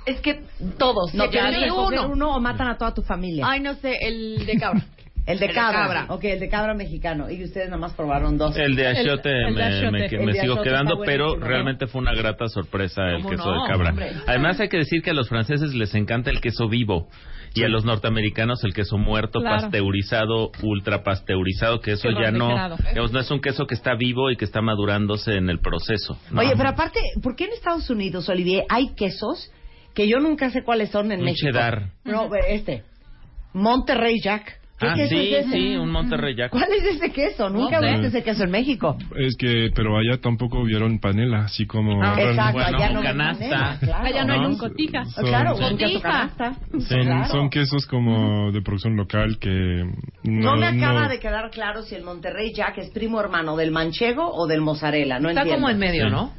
Speaker 4: Es que todos.
Speaker 3: No,
Speaker 4: No,
Speaker 3: tienes que
Speaker 4: ni
Speaker 3: escoger
Speaker 4: uno.
Speaker 3: uno o matan a toda tu familia.
Speaker 4: Ay, no sé, el de cabra.
Speaker 3: el de
Speaker 4: el de
Speaker 3: cabra.
Speaker 4: cabra.
Speaker 3: Ok, el de cabra mexicano. Y ustedes nomás probaron dos.
Speaker 7: El de achiote
Speaker 6: El- el de
Speaker 7: me,
Speaker 6: achiote.
Speaker 7: me- que-
Speaker 3: El
Speaker 7: me
Speaker 3: de
Speaker 7: sigo
Speaker 3: achiote
Speaker 7: quedando,
Speaker 3: está
Speaker 7: pero
Speaker 3: buenísimo.
Speaker 7: realmente fue una grata sorpresa el
Speaker 4: ¿Cómo
Speaker 7: queso
Speaker 4: no,
Speaker 7: de cabra.
Speaker 4: hombre?
Speaker 7: Además hay que decir que a los franceses les encanta el queso vivo y a los norteamericanos el queso muerto,
Speaker 6: Claro.
Speaker 7: pasteurizado, ultra pasteurizado, que eso
Speaker 6: Qué
Speaker 7: ya no,
Speaker 6: refrigerado.
Speaker 7: digamos, no es un queso que está vivo y que está madurándose en el proceso. ¿no?
Speaker 3: Oye, pero aparte, ¿por qué en Estados Unidos, Olivier, hay quesos que yo nunca sé cuáles son en
Speaker 7: Un
Speaker 3: México?
Speaker 7: cheddar.
Speaker 3: No, este. Monterrey Jack. ¿Qué
Speaker 7: ah,
Speaker 3: queso
Speaker 7: sí,
Speaker 3: es ese?
Speaker 7: sí, un Monterrey Jack.
Speaker 3: ¿Cuál es ese queso? Nunca
Speaker 5: sé.
Speaker 3: viste ese queso en México.
Speaker 5: Es que, pero allá tampoco vieron panela, así como.
Speaker 7: Ah,
Speaker 5: realmente-
Speaker 3: Exacto,
Speaker 7: bueno,
Speaker 3: allá no
Speaker 7: canasta.
Speaker 3: venden nada, claro.
Speaker 6: Allá no hay
Speaker 7: No,
Speaker 6: un cotija.
Speaker 5: son-
Speaker 3: Claro,
Speaker 5: son-
Speaker 3: un queso canasta.
Speaker 5: Son,
Speaker 3: Claro.
Speaker 5: son quesos como de producción local que no,
Speaker 3: No me acaba
Speaker 5: no-
Speaker 3: de quedar claro si el Monterrey Jack es primo hermano del manchego o del mozzarella. No
Speaker 4: Está
Speaker 3: entiendo.
Speaker 4: como en medio,
Speaker 7: Sí.
Speaker 4: ¿no?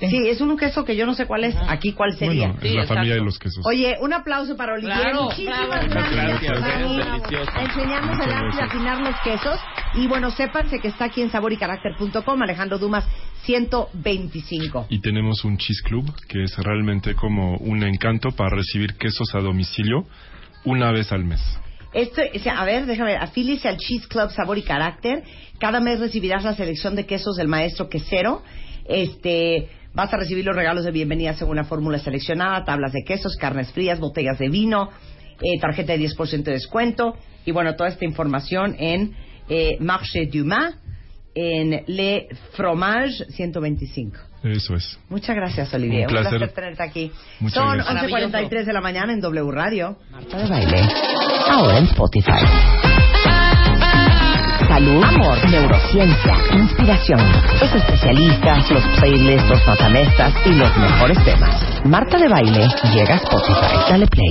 Speaker 3: Sí, es un queso que yo no sé cuál es. Aquí, ¿cuál sería?
Speaker 5: Bueno, es la familia de los quesos.
Speaker 3: Oye, un aplauso para Olivier.
Speaker 4: Claro,
Speaker 3: Muchísimas
Speaker 4: bravo.
Speaker 3: gracias,
Speaker 7: Gracias,
Speaker 3: Dani.
Speaker 7: es delicioso.
Speaker 3: Enseñarnos a
Speaker 5: Muchas
Speaker 3: dar-
Speaker 5: gracias.
Speaker 3: a afinar los quesos. Y bueno, sépanse que está aquí en saborycaracter.com, Alejandro Dumas, 125.
Speaker 5: Y tenemos un cheese club que es realmente como un encanto para recibir quesos a domicilio una vez al mes.
Speaker 3: Esto, o sea, a ver, déjame, afíliese al Cheese Club Sabor y Carácter. Cada mes recibirás la selección de quesos del maestro quesero. Este, vas a recibir los regalos de bienvenida según la fórmula seleccionada, tablas de quesos, carnes frías, botellas de vino, eh, tarjeta de 10% de descuento. Y bueno, toda esta información en eh, Marché Dumas, en Le Fromage 125.
Speaker 5: Eso es.
Speaker 3: Muchas gracias, Olivier.
Speaker 5: Un placer.
Speaker 3: tenerte aquí.
Speaker 5: Muchas
Speaker 3: Son
Speaker 5: gracias.
Speaker 3: 11.43 de la mañana en W Radio.
Speaker 1: Marta de Baile, ahora en Spotify. Salud, amor, neurociencia, inspiración, los especialistas, los playlists, los matamestas y los mejores temas. Marta de Baile llega a Spotify. Dale play.